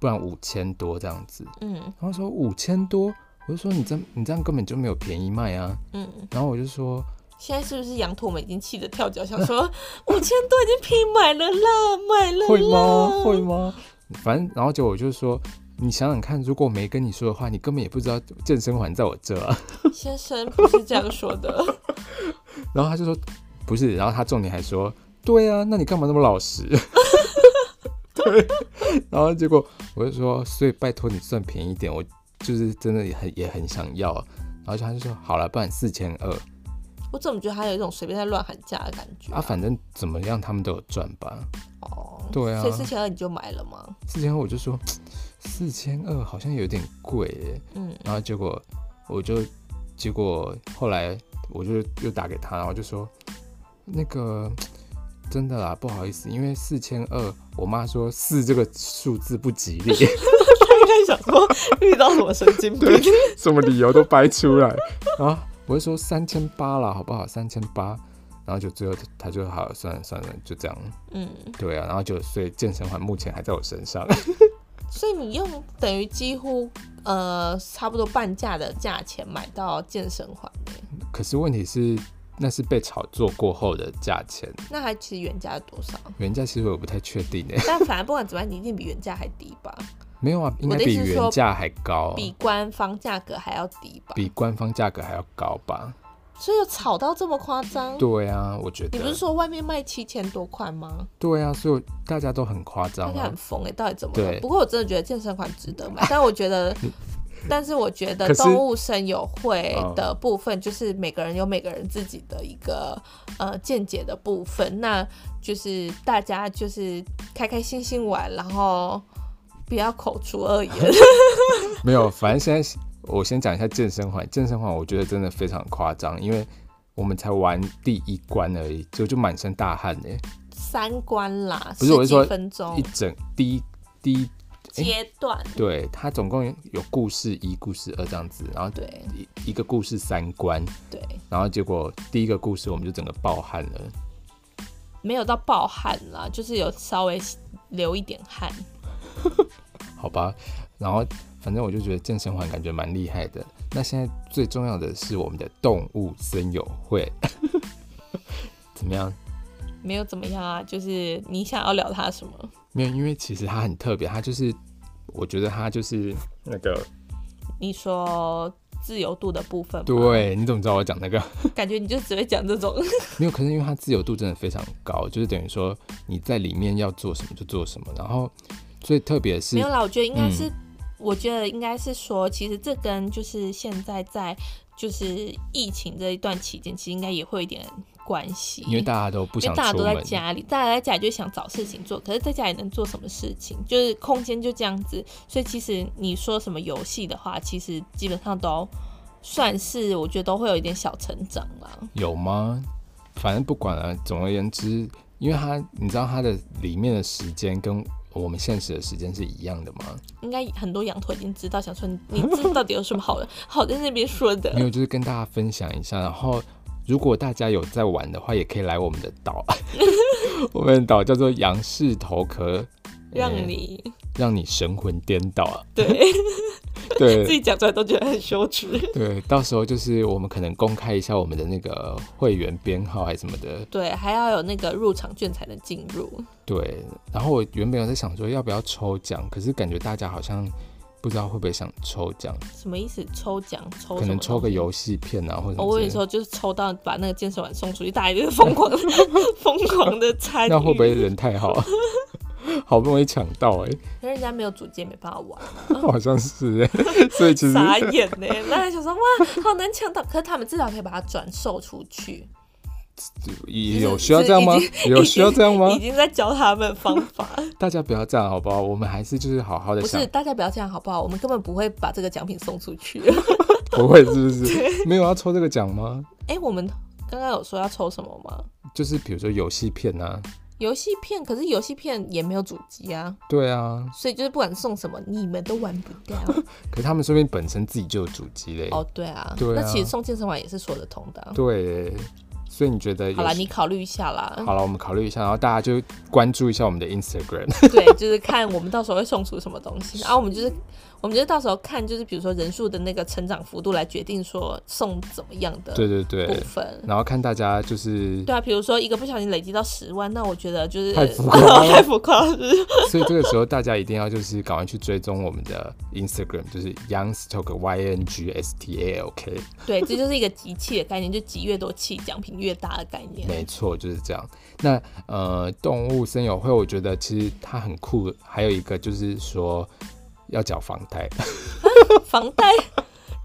[SPEAKER 2] 不然五千多这样子，
[SPEAKER 1] 嗯
[SPEAKER 2] 然后说五千多，我就说你这你这样根本就没有便宜卖啊，
[SPEAKER 1] 嗯，
[SPEAKER 2] 然后我就说
[SPEAKER 1] 现在是不是羊驼们已经气得跳脚，想说 五千多已经拼买了啦，买了啦
[SPEAKER 2] 会吗？会吗？反正然后结果我就说。你想想看，如果我没跟你说的话，你根本也不知道健身环在我这啊。
[SPEAKER 1] 先生不是这样说的，
[SPEAKER 2] 然后他就说不是，然后他重点还说对啊，那你干嘛那么老实？ 对，然后结果我就说，所以拜托你算便宜一点，我就是真的也很也很想要。啊然后他就说好了，不然四千二
[SPEAKER 1] 我怎么觉得他有一种随便在乱喊价的感觉
[SPEAKER 2] 啊，反正怎么样他们都有赚吧。
[SPEAKER 1] 哦，
[SPEAKER 2] 对啊
[SPEAKER 1] 所以四千二你就买了吗？
[SPEAKER 2] 四千二我就说四千二好像有点贵耶，
[SPEAKER 1] 嗯，
[SPEAKER 2] 然后结果我就结果后来我就又打给他，然后就说那个真的啦，不好意思，因为四千二，我妈说四这个数字不吉 利，
[SPEAKER 1] 他应该想说遇到什么神经病，
[SPEAKER 2] 什么理由都掰出来啊，我就说三千八啦，好不好？三千八。然后就最后他就好算了算了，就这样，
[SPEAKER 1] 嗯，
[SPEAKER 2] 对啊，然后就所以健身环目前还在我身上，
[SPEAKER 1] 所以你用等于几乎呃差不多半价的价钱买到健身环耶、
[SPEAKER 2] 可是问题是那是被炒作过后的价钱，
[SPEAKER 1] 那还其实原价是多少？
[SPEAKER 2] 原价其实我不太确定诶，
[SPEAKER 1] 但反正不管怎么样，你一定比原价还低吧，
[SPEAKER 2] 没有啊，应该
[SPEAKER 1] 我的意
[SPEAKER 2] 比
[SPEAKER 1] 思是说
[SPEAKER 2] 原价还高，啊
[SPEAKER 1] 比官方价格还要低吧。
[SPEAKER 2] 比官方价格还要高吧？
[SPEAKER 1] 所以有炒到这么夸张？
[SPEAKER 2] 对啊，我觉
[SPEAKER 1] 你不是
[SPEAKER 2] 得，
[SPEAKER 1] 说外面卖七千多块吗？
[SPEAKER 2] 对啊，所以大家都很夸张
[SPEAKER 1] 大家
[SPEAKER 2] 啊
[SPEAKER 1] 很。疯哎、到底怎么了？
[SPEAKER 2] 对嗯
[SPEAKER 1] 不过我真的觉得健身款值得买，但我觉 得，但是我觉得
[SPEAKER 2] 可是嗯
[SPEAKER 1] 动物生友会的部分，就是每个人有每个人自己的一个呃见解的部分，那就是大家就是开开心心玩，然后不要口出恶 言。
[SPEAKER 2] 没有，反正现在我先讲一下健身环，健身环我觉得真的非常夸张，因为我们才玩第一关而已，就就满身大汗诶，
[SPEAKER 1] 三关啦，
[SPEAKER 2] 不是我是
[SPEAKER 1] 十
[SPEAKER 2] 说
[SPEAKER 1] 几分钟
[SPEAKER 2] 一整第一第一，
[SPEAKER 1] 阶段，
[SPEAKER 2] 对，它总共有故事一、故事二这样子，然后
[SPEAKER 1] 对
[SPEAKER 2] 一一个故事三关，
[SPEAKER 1] 对，
[SPEAKER 2] 然后结果第一个故事我们就整个爆汗了。
[SPEAKER 1] 没有到暴汗啦，就是有稍微流一点汗。
[SPEAKER 2] 好吧，然后反正我就觉得健身环感觉蛮厉害的。那现在最重要的是我们的动物森友会， 怎么样？
[SPEAKER 1] 没有怎么样啊，就是你想要聊他什么？
[SPEAKER 2] 没有，因为其实它很特别，它就是我觉得它就是那个，
[SPEAKER 1] 你说自由度的部分，，
[SPEAKER 2] 对，你怎么知道我讲那个？
[SPEAKER 1] 感觉你就只会讲这种。
[SPEAKER 2] 没有，可 是因为它自由度真的非常高，就是等于说你在里面要做什么就做什么，然后最特别的是嗯
[SPEAKER 1] 没有啦，我觉得应该是我觉得应该是说，其实这跟就是现在在就是疫情这一段期间，其实应该也会有一点关系，
[SPEAKER 2] 因为大家都不
[SPEAKER 1] 因
[SPEAKER 2] 想
[SPEAKER 1] 为大家
[SPEAKER 2] 出
[SPEAKER 1] 都在
[SPEAKER 2] 门，
[SPEAKER 1] 家里，大家在家里就想找事情做，可是在家里能做什么事情？就是空间就这样子，所以其实你说什么游戏的话，其实基本上都算是我觉得都会有一点小成长啦。
[SPEAKER 2] 有吗？反正不管了、总而言之，因为它你知道它的里面的时间跟我们现实的时间是一样的吗？
[SPEAKER 1] 应该很多羊驼已经知道，想说你你这到底有什么好的 好在那边说
[SPEAKER 2] 没
[SPEAKER 1] 的？
[SPEAKER 2] 有，就是跟大家分享一下。然后，如果大家有在玩的话，也可以来我们的岛， 我们的岛叫做杨氏头壳，
[SPEAKER 1] 让
[SPEAKER 2] 嗯
[SPEAKER 1] 你
[SPEAKER 2] 让你神魂颠 倒。
[SPEAKER 1] 对 自
[SPEAKER 2] 对
[SPEAKER 1] 己讲出来都觉得很羞耻。
[SPEAKER 2] 对，到时候就是我们可能公开一下我们的那个会员编号还是什么的。
[SPEAKER 1] 对，还要有那个入场券才能进入。
[SPEAKER 2] 对，然后我原本有在想说要不要抽奖，可是感觉大家好像不知道会不会想抽奖，
[SPEAKER 1] 什么意思？抽奖抽
[SPEAKER 2] 可
[SPEAKER 1] 什么
[SPEAKER 2] 能
[SPEAKER 1] 东西
[SPEAKER 2] 抽个游戏片啊，或者什
[SPEAKER 1] 哦。
[SPEAKER 2] 么
[SPEAKER 1] 我跟
[SPEAKER 2] 之类
[SPEAKER 1] 你
[SPEAKER 2] 的。
[SPEAKER 1] 说，就是抽到把那个健身环送出去，大家就是疯 狂疯狂的参与。
[SPEAKER 2] 那会不会？人太好？ 好不容易抢到哎、
[SPEAKER 1] 可是人家没有主见，没办法玩，
[SPEAKER 2] 好像是 哎、所以其实
[SPEAKER 1] 嗯傻眼呢。那还想说哇，好难抢到，可是他们至少可以把它转售出去。
[SPEAKER 2] 也有需要这样吗
[SPEAKER 1] 就？
[SPEAKER 2] 有需要这样吗
[SPEAKER 1] 已？经在教他们方法。
[SPEAKER 2] 大家不要这样好不好？我们还是就是好好的
[SPEAKER 1] 不
[SPEAKER 2] 想
[SPEAKER 1] 是，，大家不要这样好不好？我们根本不会把这个奖品送出去。
[SPEAKER 2] 不会是不是？没有要抽这个奖吗？
[SPEAKER 1] 哎、我们刚刚有说要抽什么吗？
[SPEAKER 2] 就是比如说游戏片啊，
[SPEAKER 1] 游戏片，可是游戏片也没有主机啊，
[SPEAKER 2] 对啊，
[SPEAKER 1] 所以就是不管送什么，你们都玩不掉。
[SPEAKER 2] 可他们说不定本身自己就有主机嘞。
[SPEAKER 1] 哦，对啊，
[SPEAKER 2] 对啊
[SPEAKER 1] 那其实送健身环也是说得通的啊。
[SPEAKER 2] 对，哎所以你觉得有
[SPEAKER 1] 好啦，你考虑一下 啦。
[SPEAKER 2] 好了，我们考虑一下，然后大家就关注一下我们的 Instagram。
[SPEAKER 1] 对，就是看我们到时候会送出什么东西，然啊后我们就是，我们就是到时候看，就是比如说人数的那个成长幅度来决定说送怎么样的
[SPEAKER 2] 对对
[SPEAKER 1] 部
[SPEAKER 2] 对，
[SPEAKER 1] 分。
[SPEAKER 2] 然后看大家就是，
[SPEAKER 1] 对啊，比如说一个不小心累积到十万，那我觉得就是哦
[SPEAKER 2] 太浮夸了
[SPEAKER 1] 太浮夸了，就是
[SPEAKER 2] 所以这个时候大家一定要就是赶快去追踪我们的 Instagram，就是 Youngstalk Y N G S T A L K。
[SPEAKER 1] 对，这就是一个集气的概念，就集越多气，奖品越大的概念。
[SPEAKER 2] 没错，就是这样。那呃，动物森友会，我觉得其实它很酷，还有一个就是说要缴房贷，
[SPEAKER 1] 房贷，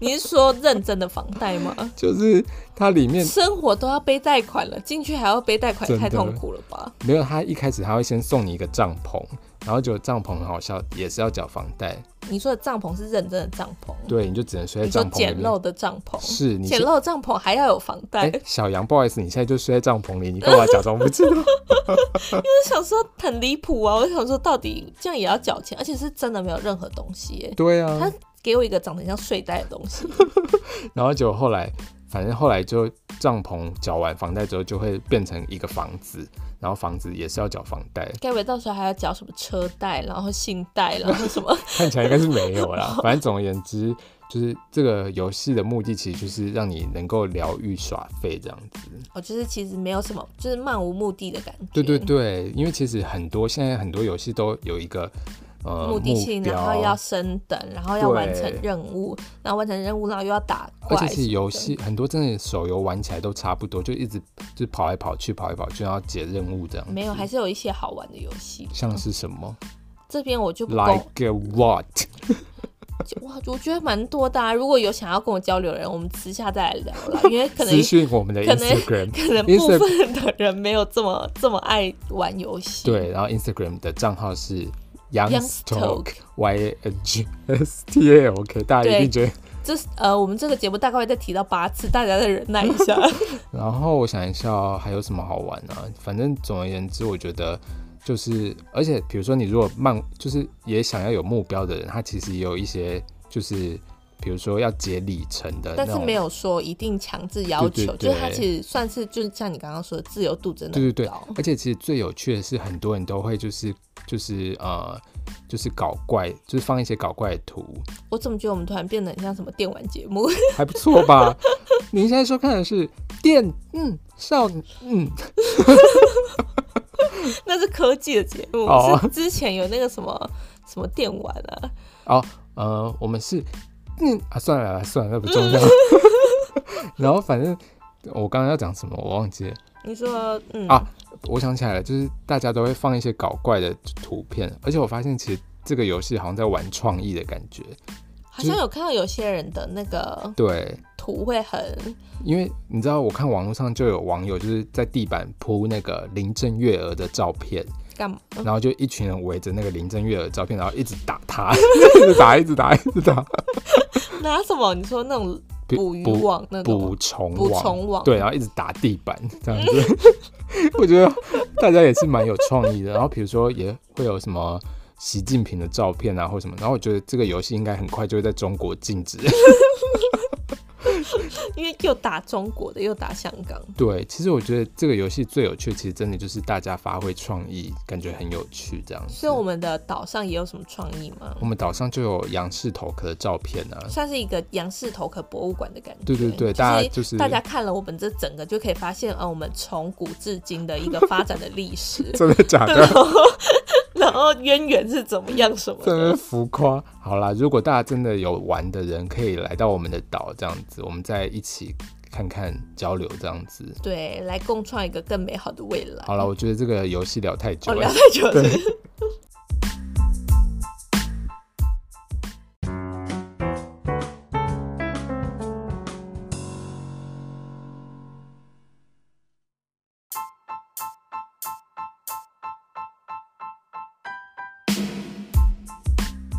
[SPEAKER 1] 你是说认真的房贷吗？
[SPEAKER 2] 就是它里面
[SPEAKER 1] 生活都要背贷款了，进去还要背贷款，
[SPEAKER 2] 真的
[SPEAKER 1] 太痛苦了吧？
[SPEAKER 2] 没有，它一开始它会先送你一个帐篷，然后就帐篷很好笑，也是要缴房贷，
[SPEAKER 1] 你说的帐篷是认真的帐篷，
[SPEAKER 2] 对，你就只能睡在
[SPEAKER 1] 你说
[SPEAKER 2] 帐篷里
[SPEAKER 1] 简
[SPEAKER 2] 面。
[SPEAKER 1] 陋的帐篷，
[SPEAKER 2] 是你
[SPEAKER 1] 简陋的帐篷还要有房贷
[SPEAKER 2] 哎、，小杨，不好意思，你现在就睡在帐篷里，你干嘛假装不知 道？
[SPEAKER 1] 我想说很离谱啊！我想说到底这样也要缴钱，而且是真的没有任何东西耶。
[SPEAKER 2] 对啊，
[SPEAKER 1] 他给我一个长得很像睡袋的东 西，
[SPEAKER 2] 然后就后来，反正后来就帐篷缴完房贷之后，就会变成一个房子，然后房子也是要缴房贷，
[SPEAKER 1] 该不会到时候还要缴什么车贷，然后信贷，然后什 么？
[SPEAKER 2] 看起来应该是没 有啦。反正总而言之，就是这个游戏的目的其实就是让你能够疗愈耍废这样子。
[SPEAKER 1] 我哦就是其实没有什么，就是漫无目的的感觉。
[SPEAKER 2] 对对对，因为其实很多现在很多游戏都有一个呃
[SPEAKER 1] 目的性，
[SPEAKER 2] 标
[SPEAKER 1] 然后要升等，然后要
[SPEAKER 2] 对
[SPEAKER 1] 完成任务，然后完成任务，然后又要打
[SPEAKER 2] 而
[SPEAKER 1] 怪。
[SPEAKER 2] 且是游，戏很多真的手游玩起来都差不多，就一直就跑来跑去，跑来跑去，然后解任务这样。
[SPEAKER 1] 没有，还是有一些好玩的游戏。
[SPEAKER 2] 像是什么
[SPEAKER 1] 这边我就不够，
[SPEAKER 2] ？Like what？
[SPEAKER 1] 就哇，我觉得蛮多的、啊。如果有想要跟我交流的人，我们私下再来聊了，因为可能
[SPEAKER 2] 私讯我们的
[SPEAKER 1] 可能
[SPEAKER 2] Instagram，
[SPEAKER 1] 可能部分的人没有这么这么爱玩游戏。
[SPEAKER 2] 对，然后 Instagram 的账号是
[SPEAKER 1] Youngstalk
[SPEAKER 2] Youngstalk Y A N G S T A L K，大家一定觉得。
[SPEAKER 1] 这是呃，我们这个节目大概会再提到八次，大家再忍耐一 下。
[SPEAKER 2] 然后我想一下哦还有什么好玩呢、反正总而言之，我觉得就是，而且比如说你如果慢，就是也想要有目标的人，他其实也有一些就是，比如说要解里程的那
[SPEAKER 1] 但是
[SPEAKER 2] 种。
[SPEAKER 1] 没有说一定强制要求，
[SPEAKER 2] 对对对
[SPEAKER 1] 就是它其实算是就是像你刚刚说的自由度真的
[SPEAKER 2] 对
[SPEAKER 1] 很
[SPEAKER 2] 对对
[SPEAKER 1] 高，
[SPEAKER 2] 而且其实最有趣的是，很多人都会就是就是呃就是搞怪，就是放一些搞怪的图，
[SPEAKER 1] 我怎么觉得我们突然变得很像什么电玩节目？
[SPEAKER 2] 还不错吧？您现在收看的是电嗯少嗯
[SPEAKER 1] 那是科技的节目，
[SPEAKER 2] 哦
[SPEAKER 1] 是之前有那个什么什么电玩啊，
[SPEAKER 2] 哦呃，我们是嗯啊算了啦算了，那不重要。 然后反正我刚刚要讲什么我忘记了，
[SPEAKER 1] 你说嗯
[SPEAKER 2] 啊我想起来了，就是大家都会放一些搞怪的图片，而且我发现其实这个游戏好像在玩创意的感觉。
[SPEAKER 1] 好像有看到有些人的那个
[SPEAKER 2] 对，
[SPEAKER 1] 图会很
[SPEAKER 2] 因为你知道，我看网络上就有网友就是在地板铺那个林郑月娥的照片，
[SPEAKER 1] 干嘛？
[SPEAKER 2] 然后就一群人围着那个林郑月娥的照片，然后一直打她， 一直打，一直打，一直打，
[SPEAKER 1] 拿什么？你说那种捕鱼网那种
[SPEAKER 2] 捕
[SPEAKER 1] 吗？
[SPEAKER 2] 虫
[SPEAKER 1] 捕
[SPEAKER 2] 网，
[SPEAKER 1] 虫网
[SPEAKER 2] 对，然后一直打地板这样子。 我觉得大家也是蛮有创意的。然后比如说也会有什么习近平的照片啊，或什么。然后我觉得这个游戏应该很快就会在中国禁止。
[SPEAKER 1] 因为又打中国的，又打香港。
[SPEAKER 2] 对，其实我觉得这个游戏最有趣，其实真的就是大家发挥创意，感觉很有趣这样子。
[SPEAKER 1] 所以我们的岛上也有什么创意吗？
[SPEAKER 2] 我们岛上就有杨氏头壳的照片啊，
[SPEAKER 1] 算是一个杨氏头壳博物馆的感觉。
[SPEAKER 2] 对对对
[SPEAKER 1] 是
[SPEAKER 2] 大家就是，
[SPEAKER 1] 大家看了我们这整个，就可以发现，呃，我们从古至今的一个发展的历史
[SPEAKER 2] 真的假的？
[SPEAKER 1] 然后渊源是怎么样什么
[SPEAKER 2] 真
[SPEAKER 1] 的。
[SPEAKER 2] 的浮夸。好啦，如果大家真的有玩的人，可以来到我们的岛这样子，我们再一起看看交流这样子。
[SPEAKER 1] 对，来共创一个更美好的未来。
[SPEAKER 2] 好了，我觉得这个游戏聊太久
[SPEAKER 1] 哦，聊
[SPEAKER 2] 了
[SPEAKER 1] 太。久了。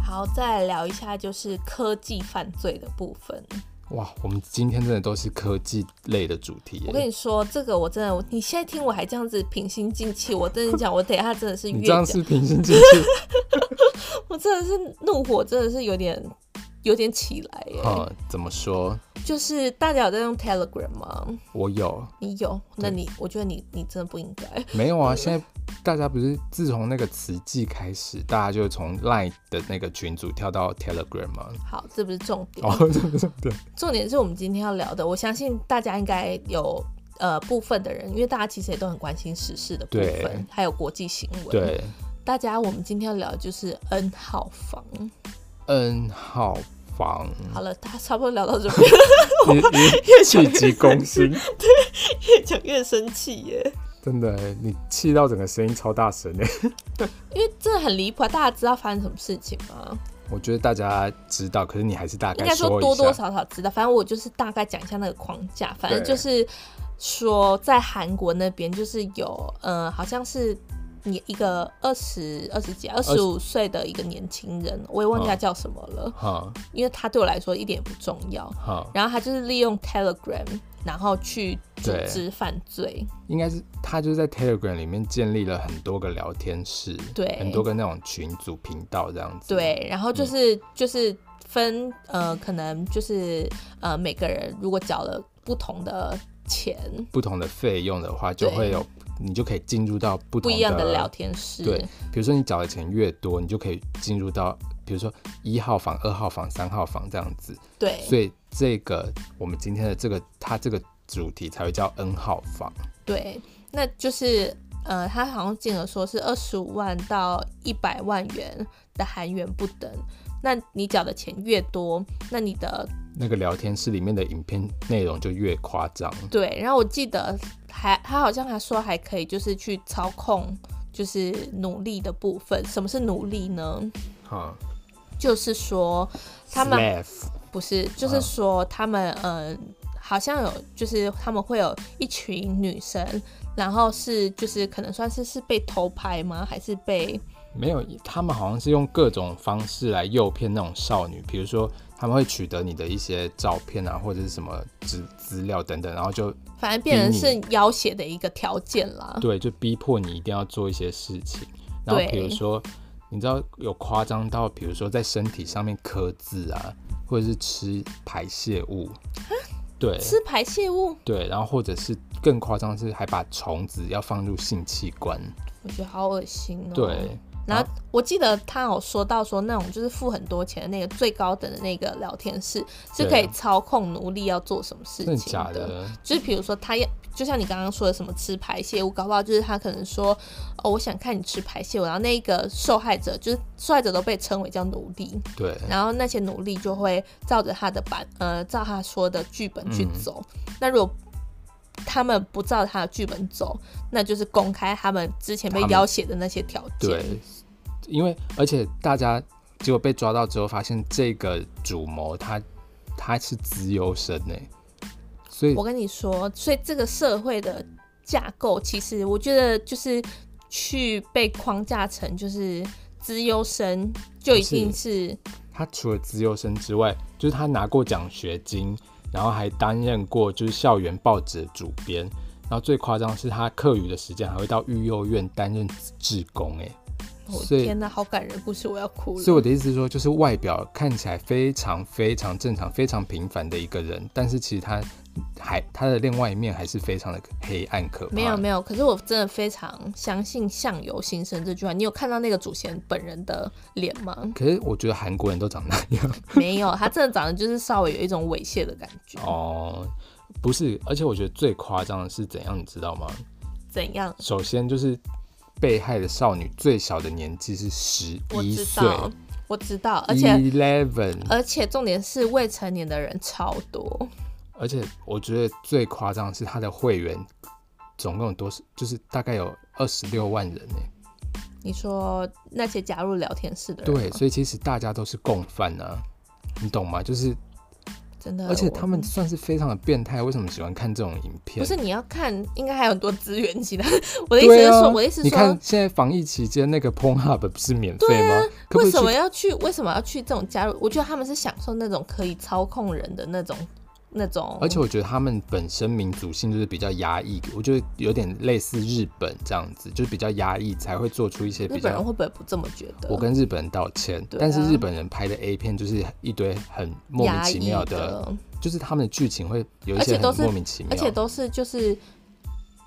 [SPEAKER 1] 好，再来聊一下就是科技犯罪的部分。
[SPEAKER 2] 哇，我们今天真的都是科技类的主题
[SPEAKER 1] 我跟
[SPEAKER 2] 耶。
[SPEAKER 1] 你说，这个我真的，你现在听我还这样子平心静气，我跟你讲，我等一下真的是越
[SPEAKER 2] 你这样
[SPEAKER 1] 讲
[SPEAKER 2] 是平心 静气
[SPEAKER 1] 我真的是怒火，真的是有点有点起来耶。
[SPEAKER 2] 啊？怎么说？
[SPEAKER 1] 就是大家有在用 Telegram 吗？
[SPEAKER 2] 我有
[SPEAKER 1] 你有？那你我觉得你你真的不应该。
[SPEAKER 2] 没有啊？现在大家不是自从那个词记开始，大家就从 Line 的那个群组跳到 Telegram 吗？
[SPEAKER 1] 好，这不是重点，
[SPEAKER 2] 哦，这不是对，
[SPEAKER 1] 重点是我们今天要聊的。我相信大家应该有呃部分的人，因为大家其实也都很关心时事的部
[SPEAKER 2] 对
[SPEAKER 1] 分，还有国际新闻。，
[SPEAKER 2] 对，
[SPEAKER 1] 大家我们今天要聊的就是 N 号房。
[SPEAKER 2] 嗯 n 号房，
[SPEAKER 1] 好了，大家差不多聊到这边，
[SPEAKER 2] 你你气急攻心，
[SPEAKER 1] 越讲越生气耶。
[SPEAKER 2] 真的，你气到整个声音超大声的。
[SPEAKER 1] 因为真的很离谱啊！大家知道发生什么事情吗？
[SPEAKER 2] 我觉得大家知道，可是你还是大
[SPEAKER 1] 应
[SPEAKER 2] 概
[SPEAKER 1] 该
[SPEAKER 2] 说
[SPEAKER 1] 说
[SPEAKER 2] 一
[SPEAKER 1] 多多
[SPEAKER 2] 下
[SPEAKER 1] 少少知道，反正我就是大概讲一下那个框架，反正
[SPEAKER 2] 对
[SPEAKER 1] 就是说在韩国那边就是有呃，好像是你一个二十二十几二十五岁的一个年轻人，我也忘
[SPEAKER 2] 嗯
[SPEAKER 1] 记他叫什么了，
[SPEAKER 2] 哈
[SPEAKER 1] 因为他对我来说一点也不重要。
[SPEAKER 2] 哈，
[SPEAKER 1] 然后他就是利用 Telegram，然后去组织犯罪，
[SPEAKER 2] 应该是他就是在 Telegram 里面建立了很多个聊天室，
[SPEAKER 1] 对
[SPEAKER 2] 很多个那种群组频道这样子，
[SPEAKER 1] 对，然后
[SPEAKER 2] 嗯
[SPEAKER 1] 就是、就是分呃，可能就是呃，每个人如果缴了不同的钱，
[SPEAKER 2] 不同的费用的话，就
[SPEAKER 1] 对
[SPEAKER 2] 会有你就可以进入到不
[SPEAKER 1] 不
[SPEAKER 2] 同
[SPEAKER 1] 一样的聊天室，
[SPEAKER 2] 对，比如说你缴的钱越多，你就可以进入到比如说一号房、二号房、三号房这样子，
[SPEAKER 1] 对
[SPEAKER 2] 所以这个我们今天的这个它这个主题才会叫 N 号房，
[SPEAKER 1] 对，那就是呃，他好像金额说是二十五万到一百万元的韩元不等。那你缴的钱越多，那你的
[SPEAKER 2] 那个聊天室里面的影片内容就越夸张。
[SPEAKER 1] 对，然后我记得还他好像还说还可以就是去操控，就是努力的部分。什么是努力呢？
[SPEAKER 2] 哈，
[SPEAKER 1] 就是说他们
[SPEAKER 2] Slave
[SPEAKER 1] 不是，就是说他们嗯、呃好像有，就是他们会有一群女生，然后是就是可能算是是被偷拍吗？还是被
[SPEAKER 2] 没有，他们好像是用各种方式来诱骗那种少女，比如说他们会取得你的一些照片啊，或者是什么资资料等等，然后就
[SPEAKER 1] 反正变成
[SPEAKER 2] 逼
[SPEAKER 1] 是要挟的一个条件啦？
[SPEAKER 2] 嗯对，就逼迫你一定要做一些事情。然后比如说，你知道有夸张到，比如说在身体上面刻字啊，或者是吃排泄物，对，
[SPEAKER 1] 吃排泄物，
[SPEAKER 2] 对，然后或者是更夸张是还把虫子要放入性器官，
[SPEAKER 1] 我觉得好恶心哦、
[SPEAKER 2] 对。
[SPEAKER 1] 然后我记得他有说到说那种就是付很多钱的那个最高等的那个聊天室是可以操控奴隶要做什么事
[SPEAKER 2] 真的
[SPEAKER 1] 情
[SPEAKER 2] 假的？
[SPEAKER 1] 就是比如说他要，就像你刚刚说的什么吃排泄物，搞不好就是他可能说，哦，我想看你吃排泄物，然后那个受害者就是受害者都被称为叫奴隶，
[SPEAKER 2] 对，
[SPEAKER 1] 然后那些奴隶就会照着他的版，呃，照他说的剧本去
[SPEAKER 2] 嗯
[SPEAKER 1] 走。那如果他们不照他的剧本走，那就是公开他们之前被
[SPEAKER 2] 他们
[SPEAKER 1] 要挟的那些条件。
[SPEAKER 2] 对，因为而且大家结果被抓到之后，发现这个主谋他他是资优生呢、所以
[SPEAKER 1] 我跟你说，所以这个社会的架构，其实我觉得就是去被框架成就是资优生，就一定是
[SPEAKER 2] 他除了资优生之外，就是他拿过奖学金，然后还担任过就是校园报纸的主编，然后最夸张的是他课余的时间还会到育幼院担任志工、欸，
[SPEAKER 1] 我
[SPEAKER 2] 所
[SPEAKER 1] 哦
[SPEAKER 2] 以
[SPEAKER 1] 天哪，好感人故事，我要哭了。
[SPEAKER 2] 所以我的意思是说，就是外表看起来非常非常正常、非常平凡的一个人，但是其实他还他的另外一面还是非常的黑暗可怕。
[SPEAKER 1] 没有没
[SPEAKER 2] 有，？
[SPEAKER 1] 有，可是我真的非常相信“相由心生”这句话。你有看到那个祖先本人的脸吗
[SPEAKER 2] 可是我觉得韩国人都长那样
[SPEAKER 1] 没有，他真的长得就是稍微有一种猥亵的感觉。
[SPEAKER 2] 哦，不是。而且我觉得最夸张的是怎样，你知道吗？
[SPEAKER 1] 怎样？
[SPEAKER 2] 首先就是被害的少女最小的年纪是十
[SPEAKER 1] 我
[SPEAKER 2] 一
[SPEAKER 1] 知
[SPEAKER 2] 岁
[SPEAKER 1] 道，我知道，而且呃
[SPEAKER 2] ，eleven，
[SPEAKER 1] 而且重点是未成年的人超多，
[SPEAKER 2] 而且我觉得最夸张的是他的会员总共有多少？就是大概有二十六万人呢、
[SPEAKER 1] 你说那些加入聊天室的人吗，
[SPEAKER 2] 对，所以其实大家都是共犯啊，你懂吗？就是，
[SPEAKER 1] 真的，
[SPEAKER 2] 而且
[SPEAKER 1] 啊我
[SPEAKER 2] 他们算是非常的变态，为什么喜欢看这种影片？
[SPEAKER 1] 不是你要看，应该还有很多资源其 他。我的意思是说，
[SPEAKER 2] 啊、
[SPEAKER 1] 我的意思是
[SPEAKER 2] 你看
[SPEAKER 1] 说，啊
[SPEAKER 2] 现在防疫期间那个 Pornhub 不是免费吗？可
[SPEAKER 1] 为
[SPEAKER 2] 不可以去
[SPEAKER 1] 什么要去？为什么要去这种加入？我觉得他们是享受那种可以操控人的那种那种，
[SPEAKER 2] 而且我觉得他们本身民族性就是比较压抑，我觉得有点类似日本这样子，就是比较压抑才会做出一些比
[SPEAKER 1] 日本人
[SPEAKER 2] 较。
[SPEAKER 1] 会不会不这么觉得？
[SPEAKER 2] 我跟日本人道歉，
[SPEAKER 1] 对啊
[SPEAKER 2] 但是日本人拍的 A 片就是一堆很莫名
[SPEAKER 1] 压
[SPEAKER 2] 其
[SPEAKER 1] 抑
[SPEAKER 2] 妙
[SPEAKER 1] 的，
[SPEAKER 2] 就是他们的剧情会有一
[SPEAKER 1] 而
[SPEAKER 2] 些
[SPEAKER 1] 且都
[SPEAKER 2] 很
[SPEAKER 1] 是
[SPEAKER 2] 莫名其妙，
[SPEAKER 1] 而且都是就是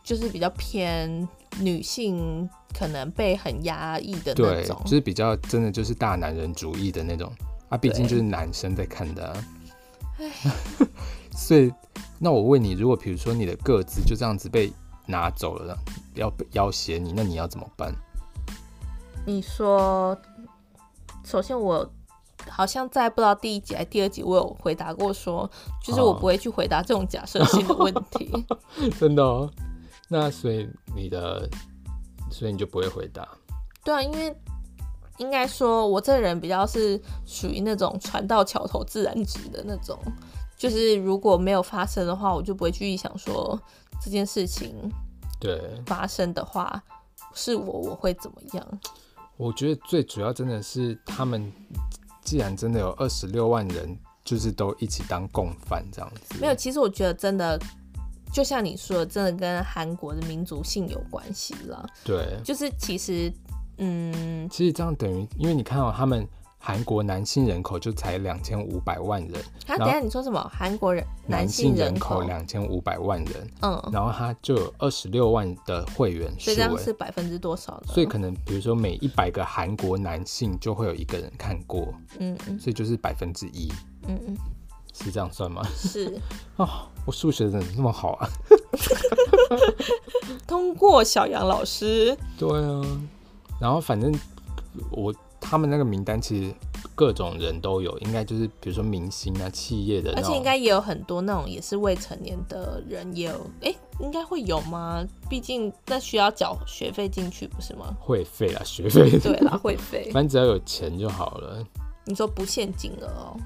[SPEAKER 1] 就是比较偏女性，可能被很压抑的那
[SPEAKER 2] 对，
[SPEAKER 1] 种
[SPEAKER 2] 就。是比较真的就是大男人主义的那种啊，毕竟就是男生在看的、啊， 所以那我问你，如果比如说你的个子就这样子被拿走了，要被要挟你，那你要怎么办？
[SPEAKER 1] 你说，首先我好像在不知道第一集还是第二集，我有回答过说，就是我
[SPEAKER 2] 哦
[SPEAKER 1] 不会去回答这种假设性的问题。
[SPEAKER 2] 真的哦，那所以你的，所以你就不会回答，
[SPEAKER 1] 对啊，因为应该说，我这个人比较是属于那种船到桥头自然直的那种，就是如果没有发生的话，我就不会去想说这件事情
[SPEAKER 2] 对。
[SPEAKER 1] 发生的话，是我我会怎么样？
[SPEAKER 2] 我觉得最主要真的是他们，既然真的有二十六万人，就是都一起当共犯这样子。
[SPEAKER 1] 没有，其实我觉得真的。就像你说的，真的跟韩国的民族性有关系了。
[SPEAKER 2] 对，
[SPEAKER 1] 就是其实，嗯，
[SPEAKER 2] 其实这样等于，因为你看哦，他们韩国男性人口就才两千五百万人，
[SPEAKER 1] 他
[SPEAKER 2] 然
[SPEAKER 1] 啊
[SPEAKER 2] 后
[SPEAKER 1] 等一下你说什么？韩国人
[SPEAKER 2] 男
[SPEAKER 1] 性
[SPEAKER 2] 性人
[SPEAKER 1] 口
[SPEAKER 2] 口，两千五百万人，
[SPEAKER 1] 嗯，
[SPEAKER 2] 然后他就有二十六万的会员数
[SPEAKER 1] 所以这样是嗯
[SPEAKER 2] 欸，
[SPEAKER 1] 百分之多少呢？
[SPEAKER 2] 所以可能比如说每一百个韩国男性就会有一个人看过，
[SPEAKER 1] 嗯嗯
[SPEAKER 2] 所以就是百分之一，
[SPEAKER 1] 嗯嗯，
[SPEAKER 2] 是这样算吗？
[SPEAKER 1] 是
[SPEAKER 2] 哦，我数学怎么这么好 啊？
[SPEAKER 1] 通过小杨老师，
[SPEAKER 2] 对啊，然后反正我他们那个名单其实各种人都有，应该就是比如说明星啊、企业的那
[SPEAKER 1] 而
[SPEAKER 2] 种，？
[SPEAKER 1] 且应该也有很多那种也是未成年的人，也有，哎、应该会有吗？毕竟那需要缴学费进去，不是吗
[SPEAKER 2] 会费啦、学费，
[SPEAKER 1] 对啦， 会费，
[SPEAKER 2] 反正只要有钱就好了。
[SPEAKER 1] 你说不限金额哦，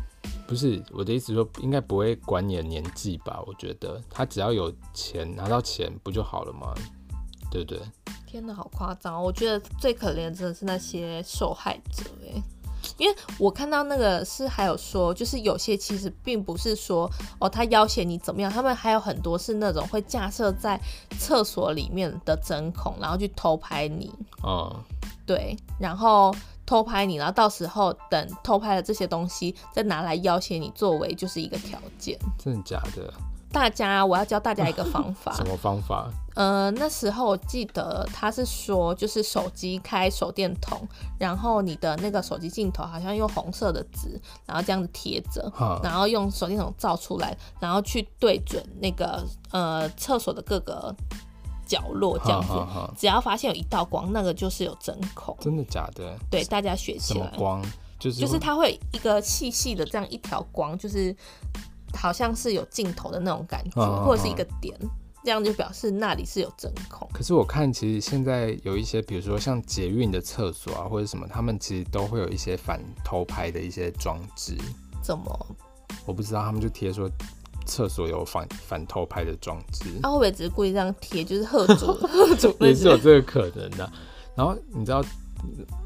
[SPEAKER 2] 不是我的意思说，应该不会管你的年纪吧？我觉得他只要有钱，拿到钱不就好了吗？对不对？
[SPEAKER 1] 天哪，好夸张哦！我觉得最可怜的真的是那些受害者哎，因为我看到那个是还有说，就是有些其实并不是说哦他要挟你怎么样，他们还有很多是那种会架设在厕所里面的针孔，然后去偷拍你，
[SPEAKER 2] 嗯，
[SPEAKER 1] 对，然后偷拍你，然后到时候等偷拍了这些东西再拿来要挟你，作为就是一个条件。
[SPEAKER 2] 真的假的？
[SPEAKER 1] 大家，我要教大家一个 方法
[SPEAKER 2] 什，么方法？
[SPEAKER 1] 呃，那时候我记得他是说，就是手机开手电筒，然后你的那个手机镜头好像用红色的纸，然后这样子贴着，
[SPEAKER 2] 哈，
[SPEAKER 1] 然后用手电筒照出来，然后去对准那个呃厕所的各个角落这样子。
[SPEAKER 2] 哈哈哈
[SPEAKER 1] 只要发现有一道光，那个就是有针孔。
[SPEAKER 2] 真的假的？
[SPEAKER 1] 对，大家学
[SPEAKER 2] 什
[SPEAKER 1] 起
[SPEAKER 2] 么
[SPEAKER 1] 来，
[SPEAKER 2] 光？就是
[SPEAKER 1] 就是
[SPEAKER 2] 会
[SPEAKER 1] 它会有一个细细的这样一条光，就是好像是有尽头的那种感觉，
[SPEAKER 2] 嗯嗯嗯
[SPEAKER 1] 或者是一个点。这样就表示那里是有针孔。
[SPEAKER 2] 可是我看，其实现在有一些，比如说像捷运的厕所啊，或者什么，他们其实都会有一些反偷拍的一些装置。嗯
[SPEAKER 1] 怎么？
[SPEAKER 2] 我不知道，他们就贴说厕所有反反偷拍的装置，
[SPEAKER 1] 他、啊会不会只是故意这样贴，就是贺主 贺主那
[SPEAKER 2] 也是有
[SPEAKER 1] 些？
[SPEAKER 2] 这个可能的、然后你知道，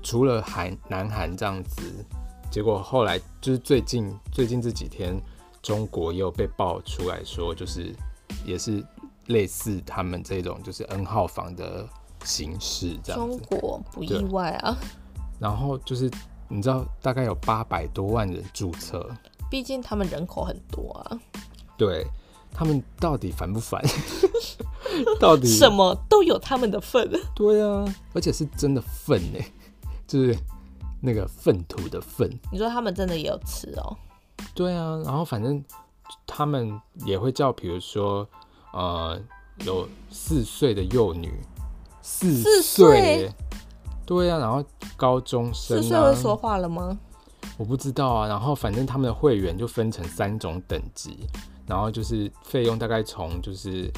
[SPEAKER 2] 除了韩南韩这样子，结果后来就是最近最近这几天，中国又被爆出来说，就是也是类似他们这种就是 N 号房的形式这样
[SPEAKER 1] 中
[SPEAKER 2] 子。
[SPEAKER 1] 国不
[SPEAKER 2] 对
[SPEAKER 1] 意外啊，
[SPEAKER 2] 然后就是你知道，大概有八百多万人注册，
[SPEAKER 1] 毕竟他们人口很多啊，
[SPEAKER 2] 对他们到底烦 不烦？ 到底
[SPEAKER 1] 什？么都有他们的份。
[SPEAKER 2] 对啊，而且是真的粪呢、 就是那个粪土的粪。
[SPEAKER 1] 你说他们真的也有吃哦？
[SPEAKER 2] 对啊，然后反正他们也会叫，比如说呃，有四岁的幼女，四
[SPEAKER 1] 四
[SPEAKER 2] 岁
[SPEAKER 1] 岁
[SPEAKER 2] 耶，对啊，然后高中生
[SPEAKER 1] 四岁
[SPEAKER 2] 啊
[SPEAKER 1] 会，说话了吗？
[SPEAKER 2] 我不知道啊。然后反正他们的会员就分成三种等级，然后就是费用大概从就是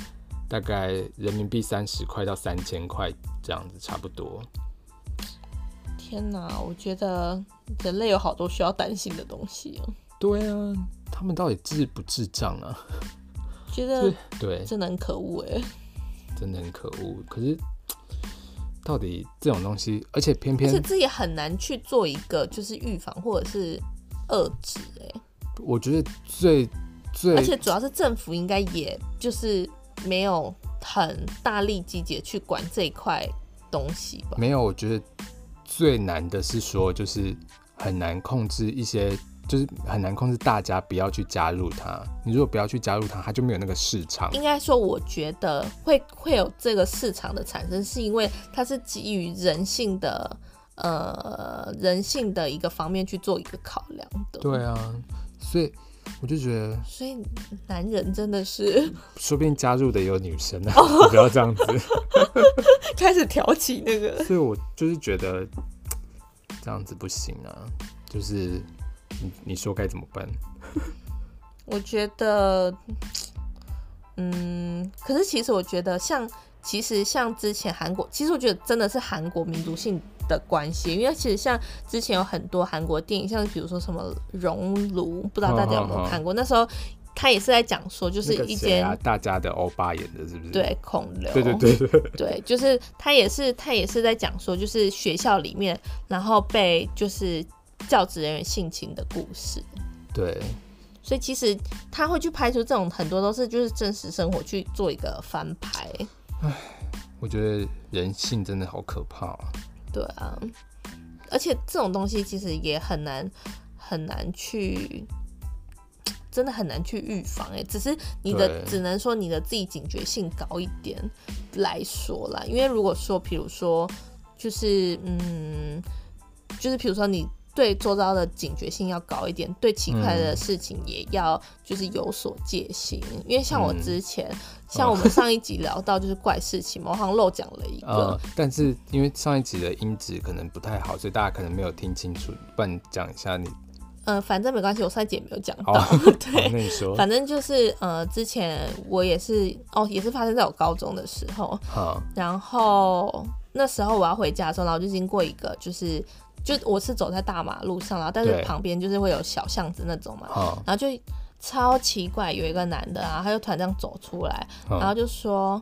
[SPEAKER 2] 大概人民币三十块到三千块这样子差不多。
[SPEAKER 1] 天哪，我觉得人类有好多需要担心的东西哦。
[SPEAKER 2] 对啊，他们到底智不智障啊？
[SPEAKER 1] 觉得
[SPEAKER 2] 对，
[SPEAKER 1] 真的很可恶哎、
[SPEAKER 2] 真的很可恶。可是到底这种东西，而且偏
[SPEAKER 1] 而且
[SPEAKER 2] 偏
[SPEAKER 1] 这也很难去做一个就是预防或者是遏制哎、
[SPEAKER 2] 我觉得最最
[SPEAKER 1] 而且主要是政府应该也就是没有很大力积极地去管这一块东西吧。
[SPEAKER 2] 没有，我觉得最难的是说，就是很难控制一些，就是很难控制大家不要去加入它。你如果不要去加入它，它就没有那个市场。
[SPEAKER 1] 应该说，我觉得会会有这个市场的产生，是因为它是基于人性的呃人性的一个方面去做一个考量的。，
[SPEAKER 2] 对啊，所以我就觉得，
[SPEAKER 1] 所以男人真的是
[SPEAKER 2] 说不定加入的有女生啊，
[SPEAKER 1] 哦
[SPEAKER 2] 你 不要这样子。
[SPEAKER 1] 开始挑起那个。
[SPEAKER 2] 所以我就是觉得这样子不行啊，就是你你说该怎么办？
[SPEAKER 1] 我觉得，嗯，可是其实我觉得像，其实像之前韩国，其实我觉得真的是韩国民族性的关系，因为其实像之前有很多韩国电影，像比如说什么《熔炉》，不知道大家有没有看过？那时候他也是在讲说，就是
[SPEAKER 2] 嗯那个
[SPEAKER 1] 一
[SPEAKER 2] 谁
[SPEAKER 1] 间、
[SPEAKER 2] 啊，大家的欧巴演的，是不是？
[SPEAKER 1] 对哦孔刘，
[SPEAKER 2] 对对对对，
[SPEAKER 1] 对，就是他也是他也是在讲说，就是学校里面，然后被就是教职人员性侵的故事。
[SPEAKER 2] 对
[SPEAKER 1] 所以其实他会去拍出这种很多都是就是真实生活去做一个翻拍，
[SPEAKER 2] 我觉得人性真的好可怕、啊。
[SPEAKER 1] 对啊，而且这种东西其实也很难很难去，真的很难去预防哎、只是你的
[SPEAKER 2] 对
[SPEAKER 1] 只能说你的自己警觉性高一点来说啦，因为如果说比如说就是嗯，就是比如说你。对周遭的警觉性要高一点，对奇怪的事情也要就是有所戒心，因为像我
[SPEAKER 2] 嗯
[SPEAKER 1] 之前，像我们上一集聊到就是怪事情嘛，我好像漏讲了一个
[SPEAKER 2] 呃，，但是因为上一集的音质可能不太好，所以大家可能没有听清楚。不然你讲一 下你
[SPEAKER 1] 呃，反正没关系，我上一集也没有讲
[SPEAKER 2] 好
[SPEAKER 1] 到。
[SPEAKER 2] 好
[SPEAKER 1] 对，
[SPEAKER 2] 那你说
[SPEAKER 1] 反正就是呃，之前我也是哦，也是发生在我高中的时候，
[SPEAKER 2] 哈，
[SPEAKER 1] 然后那时候我要回家的时候，然后就经过一个就是。就我是走在大马路上，然后但是
[SPEAKER 2] 对
[SPEAKER 1] 旁边就是会有小巷子那种嘛，
[SPEAKER 2] 哈，
[SPEAKER 1] 然后就超奇怪，有一个男的啊，他就突然这样走出来，然后
[SPEAKER 2] 哈，
[SPEAKER 1] 就说，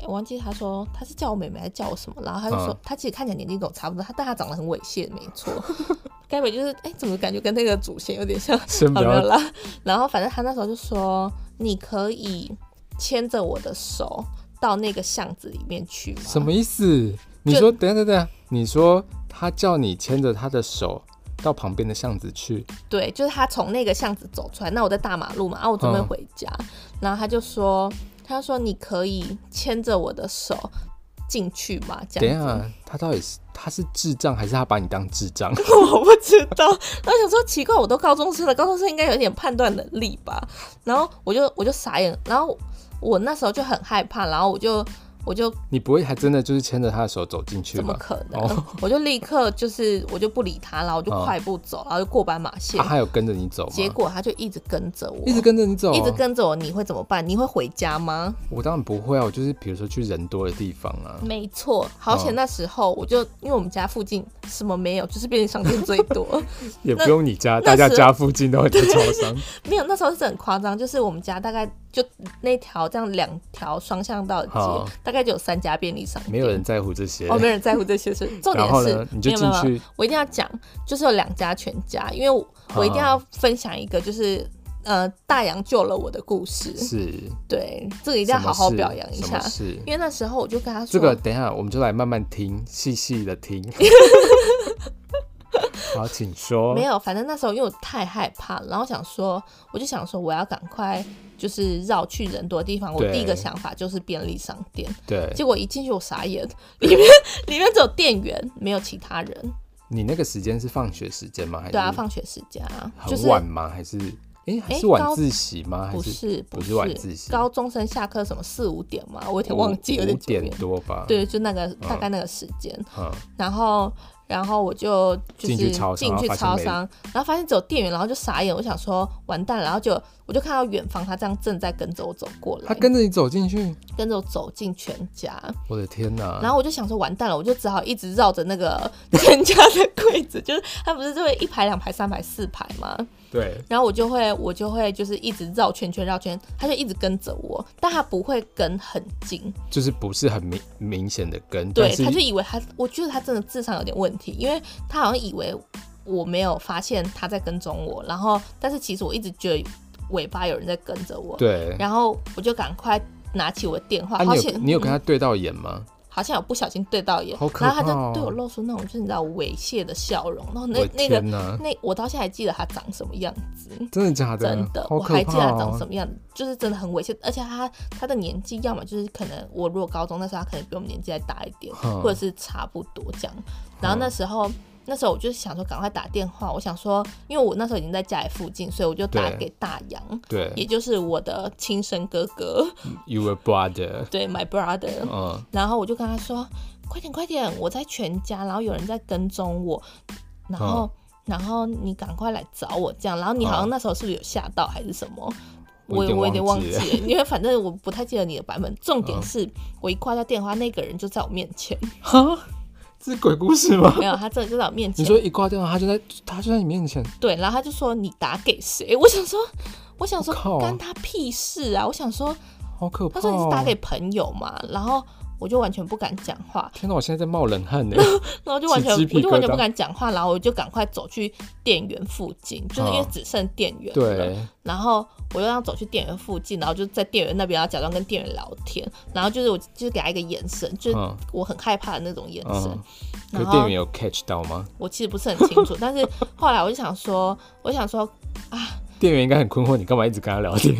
[SPEAKER 1] 诶我忘记他说他是叫我妹妹还是叫我什么，然后他就说、
[SPEAKER 2] 嗯
[SPEAKER 1] 他其实看起来年纪跟我差不多，他但他长得很猥亵，没 错。该不会就是哎、诶怎么感觉跟那个祖先有点像？
[SPEAKER 2] 先
[SPEAKER 1] 好
[SPEAKER 2] 不
[SPEAKER 1] 没有
[SPEAKER 2] 要
[SPEAKER 1] 啦。然后反正他那时候就说，你可以牵着我的手到那个巷子里面去吗？
[SPEAKER 2] 什么？意思？你说等一下等一下，你说他叫你牵着他的手到旁边的巷子去，
[SPEAKER 1] 对，就是他从那个巷子走出来，那我在大马路嘛，啊，我准备
[SPEAKER 2] 嗯
[SPEAKER 1] 回家，然后他就说，他说你可以牵着我的手进去吗？这
[SPEAKER 2] 等一
[SPEAKER 1] 样子。
[SPEAKER 2] 下他到底是他是智障还是他把你当智障？
[SPEAKER 1] 我不知 道。然后想说奇怪，我都高中生了，高中生应该有点判断能力吧？然后我就我就傻眼，然后我那时候就很害怕，然后我就我就
[SPEAKER 2] 你不会还真的就是牵着他的手走进去
[SPEAKER 1] 怎么
[SPEAKER 2] 吗？
[SPEAKER 1] 可能？
[SPEAKER 2] 哦
[SPEAKER 1] 我就立刻就是我就不理他，然后我就
[SPEAKER 2] 哦
[SPEAKER 1] 快步走，然后就过斑马线。
[SPEAKER 2] 啊，他有跟着你走吗？
[SPEAKER 1] 结果他就一直跟着我，
[SPEAKER 2] 一直跟着你走，啊
[SPEAKER 1] 一直。跟着我，你会怎么办？你会回家吗？
[SPEAKER 2] 我当然不会啊，我就是比如说去人多的地方啊，
[SPEAKER 1] 没错，好险
[SPEAKER 2] 嗯
[SPEAKER 1] 那时候我就因为我们家附近什么没有，就是便利商店最多。
[SPEAKER 2] 也不用你家，
[SPEAKER 1] 那
[SPEAKER 2] 大
[SPEAKER 1] 时
[SPEAKER 2] 家家附近都有在超 商。
[SPEAKER 1] 没有，那时候是很夸张，就是我们家大概就那条这样两条双向道的
[SPEAKER 2] 好
[SPEAKER 1] 街，大概就有三家便利商店。
[SPEAKER 2] 没有人在乎这些。
[SPEAKER 1] 哦，没有人在乎这些 事。重点
[SPEAKER 2] 然后
[SPEAKER 1] 是
[SPEAKER 2] 呢，你就
[SPEAKER 1] 没有
[SPEAKER 2] 进
[SPEAKER 1] 没有没有
[SPEAKER 2] 去
[SPEAKER 1] 我一定要讲，就是有两家全家，因为我我一定要分享一个，就是呃大洋救了我的故事。
[SPEAKER 2] 是，
[SPEAKER 1] 对，这个一定要好好表扬一
[SPEAKER 2] 什么
[SPEAKER 1] 下，
[SPEAKER 2] 事？什么事
[SPEAKER 1] 因为那时候我就跟他说，
[SPEAKER 2] 这个等一下我们就来慢慢听，细细的 听。好，请说。
[SPEAKER 1] 没有，反正那时候因为我太害怕了，然后想说，我就想说我要赶快就是绕去人多的地方。我
[SPEAKER 2] 对
[SPEAKER 1] 第一个想法就是便利商店，
[SPEAKER 2] 对，
[SPEAKER 1] 结果一进去我傻眼，里面 里面只有店员，没有其他人。
[SPEAKER 2] 你那个时间是放学时间吗？还是
[SPEAKER 1] 对啊，放学时间啊，就
[SPEAKER 2] 哎很
[SPEAKER 1] 是
[SPEAKER 2] 晚吗？还是哎，还
[SPEAKER 1] 诶
[SPEAKER 2] 是晚
[SPEAKER 1] 高
[SPEAKER 2] 自习吗？还
[SPEAKER 1] 不是
[SPEAKER 2] 不
[SPEAKER 1] 是
[SPEAKER 2] 晚自习？
[SPEAKER 1] 高中生下课什么四五点嘛，我有点
[SPEAKER 2] 五
[SPEAKER 1] 忘记，有
[SPEAKER 2] 五
[SPEAKER 1] 点久
[SPEAKER 2] 点
[SPEAKER 1] 远。
[SPEAKER 2] 多吧。，
[SPEAKER 1] 对，就那个大概那个时间，
[SPEAKER 2] 嗯，
[SPEAKER 1] 然后然后我就就是
[SPEAKER 2] 进去超商
[SPEAKER 1] 进去
[SPEAKER 2] 然后发现
[SPEAKER 1] 超
[SPEAKER 2] 没
[SPEAKER 1] 商，然后发现只有店员，然后就傻眼，我想说完蛋了，然后就我就看到远方他这样正在跟着我走过来，
[SPEAKER 2] 他跟着你走进去，
[SPEAKER 1] 跟着我走进全家，
[SPEAKER 2] 我的天哪！
[SPEAKER 1] 然后我就想说完蛋了，我就只好一直绕着那个 全家的柜子， 就是他不是就会一排、两排、三排、四排吗？
[SPEAKER 2] 对，
[SPEAKER 1] 然后我就会我就会就是一直绕圈圈绕圈，他就一直跟着我，但他不会跟很近，
[SPEAKER 2] 就是不是很明明显的跟，
[SPEAKER 1] 对
[SPEAKER 2] 但，是
[SPEAKER 1] 他就以为他，我觉得他真的智商有点问题，因为他好像以为我没有发现他在跟踪我，然后但是其实我一直觉得尾巴有人在跟着我，
[SPEAKER 2] 对。
[SPEAKER 1] 然后我就赶快拿起我的电话，
[SPEAKER 2] 啊，
[SPEAKER 1] 好
[SPEAKER 2] 你有
[SPEAKER 1] 险
[SPEAKER 2] 你有
[SPEAKER 1] 嗯
[SPEAKER 2] 跟他对到眼吗？
[SPEAKER 1] 好像有不小心对到眼，
[SPEAKER 2] 好可
[SPEAKER 1] 然后他
[SPEAKER 2] 怕哦
[SPEAKER 1] 就对我露出那种就是你知道猥亵的笑容，然后那
[SPEAKER 2] 我的
[SPEAKER 1] 那个
[SPEAKER 2] 天哪，
[SPEAKER 1] 那我到现在还记得他长什么样子，
[SPEAKER 2] 真的假的？
[SPEAKER 1] 真的，
[SPEAKER 2] 好
[SPEAKER 1] 我
[SPEAKER 2] 可
[SPEAKER 1] 还
[SPEAKER 2] 怕
[SPEAKER 1] 记得他
[SPEAKER 2] 哦
[SPEAKER 1] 长什么样子，就是真的很猥亵，而且他他的年纪，要么就是可能我如果高中那时候，他可能比我们年纪再大一点，
[SPEAKER 2] 哼
[SPEAKER 1] 或者是差不多这样。然后那时候。那时候我就想说，赶快打电话。我想说，因为我那时候已经在家里附近，所以我就打
[SPEAKER 2] 对
[SPEAKER 1] 给大洋，也
[SPEAKER 2] 对
[SPEAKER 1] 就是我的亲生哥哥，
[SPEAKER 2] ，You a brother，
[SPEAKER 1] 对，my brother。
[SPEAKER 2] 嗯，
[SPEAKER 1] 然后我就跟他说：“快点，快点，我在全家，然后有人在跟踪我，
[SPEAKER 2] 嗯
[SPEAKER 1] 然后、然后你赶快来找我，这样。然后你好像
[SPEAKER 2] 嗯
[SPEAKER 1] 那时候是不是有吓到还是什么？”
[SPEAKER 2] 我
[SPEAKER 1] 我
[SPEAKER 2] 有点
[SPEAKER 1] 我有点
[SPEAKER 2] 忘
[SPEAKER 1] 忘
[SPEAKER 2] 记
[SPEAKER 1] 记
[SPEAKER 2] 了
[SPEAKER 1] 了， 因为反正我不太记得你的版本。重点
[SPEAKER 2] 嗯
[SPEAKER 1] 是、我一挂掉电话，那个人就在我面前，
[SPEAKER 2] 哈，这是鬼故事吗？
[SPEAKER 1] 没有，他真的就在我面前。
[SPEAKER 2] 你说一挂电话，他就在他就在你面前，
[SPEAKER 1] 对，然后他就说你打给谁？我想说，我想说
[SPEAKER 2] 我靠
[SPEAKER 1] 干他屁事啊！我想说，
[SPEAKER 2] 好可怕、
[SPEAKER 1] 他
[SPEAKER 2] 哦！
[SPEAKER 1] 说你是打给朋友嘛，然后我就完全不敢讲话，
[SPEAKER 2] 天哪，我现在在冒 冷汗呢。
[SPEAKER 1] 然后就完全
[SPEAKER 2] 起鸡皮
[SPEAKER 1] 我就完
[SPEAKER 2] 疙
[SPEAKER 1] 全
[SPEAKER 2] 瘩
[SPEAKER 1] 不敢讲话，然后我就赶快走去店员附近，就是因为
[SPEAKER 2] 好
[SPEAKER 1] 只剩店员了。
[SPEAKER 2] 嗯对，
[SPEAKER 1] 然后我就让走去店员附近，然后就在店员那边，然后假装跟店员聊天，然后就是我就是给他一个眼神， 就是
[SPEAKER 2] 嗯
[SPEAKER 1] 我很害怕的那种眼神。
[SPEAKER 2] 嗯可
[SPEAKER 1] 然
[SPEAKER 2] 是店
[SPEAKER 1] 后
[SPEAKER 2] 员有 catch 到吗？
[SPEAKER 1] 我其实不是很清楚，但是后来我就想说，我想说啊
[SPEAKER 2] 店员应该很困惑，你干嘛一直跟他聊天？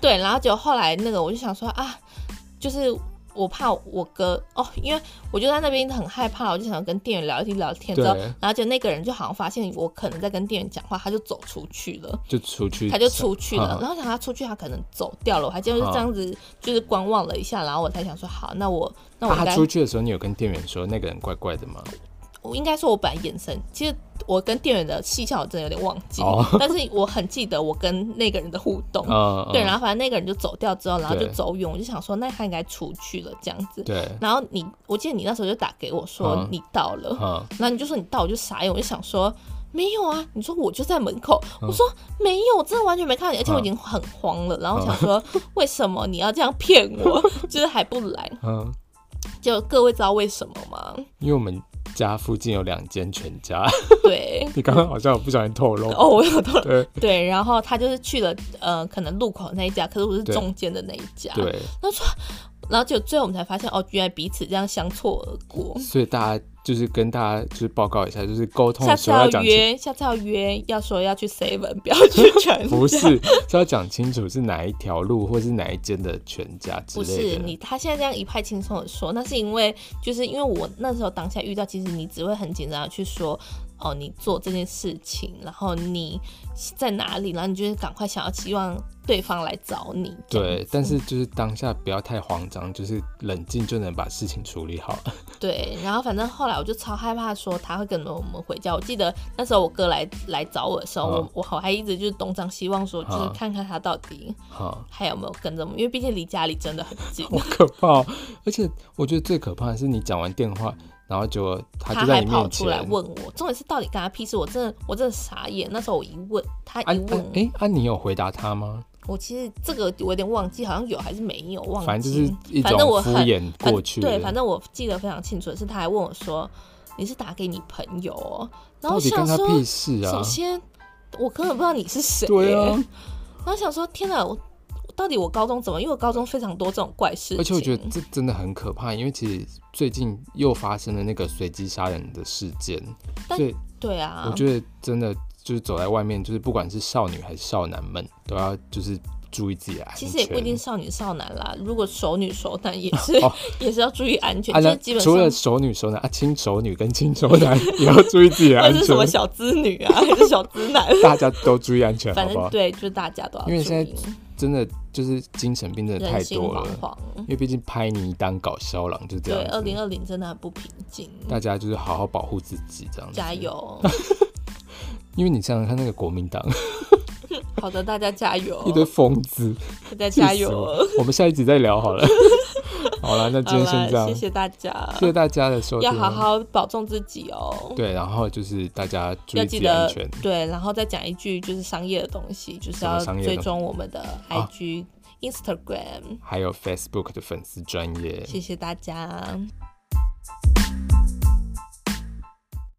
[SPEAKER 1] 对，然后结果后来那个我就想说啊，就是我怕我哥哦，因为我就在那边很害怕，我就想跟店员聊一聊天之后
[SPEAKER 2] 对，
[SPEAKER 1] 然后就那个人就好像发现我可能在跟店员讲话，他就走出去了。
[SPEAKER 2] 就出去，
[SPEAKER 1] 他就出去了，
[SPEAKER 2] 嗯
[SPEAKER 1] 然后想他出去，他可能走掉了，我还记得就是
[SPEAKER 2] 嗯
[SPEAKER 1] 这样子，就是观望了一下，然后我才想说，好，那我那我
[SPEAKER 2] 啊
[SPEAKER 1] 应
[SPEAKER 2] 他
[SPEAKER 1] 该，
[SPEAKER 2] 出去的时候，你有跟店员说那个人怪怪的吗？
[SPEAKER 1] 我应该说，我本来眼神，其实我跟店员的细项我真的有点忘记，
[SPEAKER 2] 哦
[SPEAKER 1] 但是我很记得我跟那个人的互动，
[SPEAKER 2] 嗯，
[SPEAKER 1] 对，
[SPEAKER 2] 嗯
[SPEAKER 1] 然后反正那个人就走掉之后，然后就
[SPEAKER 2] 对
[SPEAKER 1] 走远，我就想说，那他应该出去了这样子。
[SPEAKER 2] 对，
[SPEAKER 1] 然后你，我记得你那时候就打给我说
[SPEAKER 2] 嗯
[SPEAKER 1] 你到了，
[SPEAKER 2] 嗯，
[SPEAKER 1] 然后你就说你到，我就傻眼，我就想说没有啊，你说我就在门口，
[SPEAKER 2] 嗯
[SPEAKER 1] 我说没有，我真的完全没看到你，而且我已经很慌了，然后我想说 为什么你要这样骗 我，就是还不来，
[SPEAKER 2] 嗯，
[SPEAKER 1] 就各位知道为什么 吗？
[SPEAKER 2] 因为我们家附近有两间全家，
[SPEAKER 1] 对，
[SPEAKER 2] 你刚刚好像有不小心透露，
[SPEAKER 1] 哦，我有到
[SPEAKER 2] 对
[SPEAKER 1] 对，然后他就是去了呃，可能路口那一家，可是我是
[SPEAKER 2] 对
[SPEAKER 1] 中间的那一家，
[SPEAKER 2] 对，
[SPEAKER 1] 然后说，然后就最后我们才发现，哦，原来彼此这样相错而过。
[SPEAKER 2] 所以大家就是跟大家就是报告一下，就是沟通
[SPEAKER 1] 下
[SPEAKER 2] 的时
[SPEAKER 1] 次
[SPEAKER 2] 候
[SPEAKER 1] 要
[SPEAKER 2] 要讲清，
[SPEAKER 1] 约，下次要约，要说要去 seven，不要去全
[SPEAKER 2] 不是
[SPEAKER 1] 家
[SPEAKER 2] 是要讲清楚是哪一条路或是哪一间的全家之
[SPEAKER 1] 不
[SPEAKER 2] 类
[SPEAKER 1] 是
[SPEAKER 2] 的。
[SPEAKER 1] 你，他现在这样一派轻松的说，那是因为就是因为我那时候当下遇到，其实你只会很紧张的去说。哦，你做这件事情，然后你在哪里，然后你就会赶快想要希望对方来找你。这样
[SPEAKER 2] 对，但是就是当下不要太慌张，就是冷静就能把事情处理好。
[SPEAKER 1] 对，然后反正后来我就超害怕，说他会跟着我们回家。我记得那时候我哥来来找我的时候，
[SPEAKER 2] 嗯
[SPEAKER 1] 我我好还一直就是东张西望，说就是
[SPEAKER 2] 嗯
[SPEAKER 1] 看看他到底
[SPEAKER 2] 好，
[SPEAKER 1] 还有没有跟着我们，因为毕竟离家里真的很近。
[SPEAKER 2] 好可怕、哦！而且我觉得最可怕的是，你讲完电话，然后结果他
[SPEAKER 1] 他
[SPEAKER 2] 就在
[SPEAKER 1] 还
[SPEAKER 2] 你
[SPEAKER 1] 跑
[SPEAKER 2] 面
[SPEAKER 1] 出
[SPEAKER 2] 前。
[SPEAKER 1] 来问我，重点是到底干他屁事？我真的我真的傻眼。那时候我一问他
[SPEAKER 2] 啊
[SPEAKER 1] 一问，
[SPEAKER 2] 哎、啊，你有回答他吗？
[SPEAKER 1] 我其实这个我有点忘记，好像有还是没有忘记。
[SPEAKER 2] 反正就是一种
[SPEAKER 1] 反正我
[SPEAKER 2] 敷
[SPEAKER 1] 很
[SPEAKER 2] 衍
[SPEAKER 1] 反
[SPEAKER 2] 过去的
[SPEAKER 1] 对，反正我记得非常清楚，是他还问我说：“你是打给你朋友、哦？”然后
[SPEAKER 2] 到
[SPEAKER 1] 我
[SPEAKER 2] 底
[SPEAKER 1] 想
[SPEAKER 2] 干他
[SPEAKER 1] 说，
[SPEAKER 2] 屁事啊
[SPEAKER 1] 首？先我根本不知道你是谁、
[SPEAKER 2] 对啊，
[SPEAKER 1] 然后想说，天哪，我到底我高中怎么？因为我高中非常多这种怪事情，
[SPEAKER 2] 而且我觉得这真的很可怕，因为其实最近又发生了那个随机杀人的事件，
[SPEAKER 1] 但
[SPEAKER 2] 所以
[SPEAKER 1] 对啊，
[SPEAKER 2] 我觉得真的就是走在外面，就是不管是少女还是少男们，都要就是注意自己的安
[SPEAKER 1] 其
[SPEAKER 2] 全。
[SPEAKER 1] 实也不一定少女少男啦，如果熟女熟男 也是、
[SPEAKER 2] 哦
[SPEAKER 1] 也是要注意安全，
[SPEAKER 2] 啊，
[SPEAKER 1] 就
[SPEAKER 2] 那
[SPEAKER 1] 是基本
[SPEAKER 2] 除
[SPEAKER 1] 上。
[SPEAKER 2] 了熟女熟男啊，亲熟女跟亲熟 男也要注意自己的
[SPEAKER 1] 或
[SPEAKER 2] 安
[SPEAKER 1] 者是什么
[SPEAKER 2] 全，
[SPEAKER 1] 小资女啊，还是小资 男，
[SPEAKER 2] 大家都注意安全，好
[SPEAKER 1] 反
[SPEAKER 2] 不
[SPEAKER 1] 正
[SPEAKER 2] 好？
[SPEAKER 1] 对，就是大家都要注
[SPEAKER 2] 因
[SPEAKER 1] 意。
[SPEAKER 2] 为现在真的就是精神病真的太
[SPEAKER 1] 人心
[SPEAKER 2] 多
[SPEAKER 1] 惶
[SPEAKER 2] 了，
[SPEAKER 1] 惶，
[SPEAKER 2] 因为毕竟拍泥当搞笑郎就这
[SPEAKER 1] 对，二
[SPEAKER 2] 样
[SPEAKER 1] 零
[SPEAKER 2] 子，
[SPEAKER 1] 二零真的很不平静，
[SPEAKER 2] 大家就是好好保护自己这样子。
[SPEAKER 1] 加！ 油！
[SPEAKER 2] 因为你想想看，那个国民党
[SPEAKER 1] 哦好的，大家加油，
[SPEAKER 2] 一堆疯子，
[SPEAKER 1] 大家
[SPEAKER 2] 气
[SPEAKER 1] 加
[SPEAKER 2] 死我
[SPEAKER 1] 油！！
[SPEAKER 2] 我们下一集再 聊好了。好了，那今
[SPEAKER 1] 好
[SPEAKER 2] 天先这
[SPEAKER 1] 啦，
[SPEAKER 2] 样，
[SPEAKER 1] 谢谢大家，
[SPEAKER 2] 谢谢大家的收听，
[SPEAKER 1] 要好好保重自己哦。
[SPEAKER 2] 对，然后就是大家注
[SPEAKER 1] 要
[SPEAKER 2] 意
[SPEAKER 1] 记
[SPEAKER 2] 自己安
[SPEAKER 1] 得
[SPEAKER 2] 全。
[SPEAKER 1] 对，然后再讲一句就是商业的东西，就是要
[SPEAKER 2] 什么商业的
[SPEAKER 1] 追
[SPEAKER 2] 东西
[SPEAKER 1] 踪我们的
[SPEAKER 2] 啊
[SPEAKER 1] IG、Instagram。
[SPEAKER 2] 还有 Facebook 的粉丝专业，
[SPEAKER 1] 谢谢大家。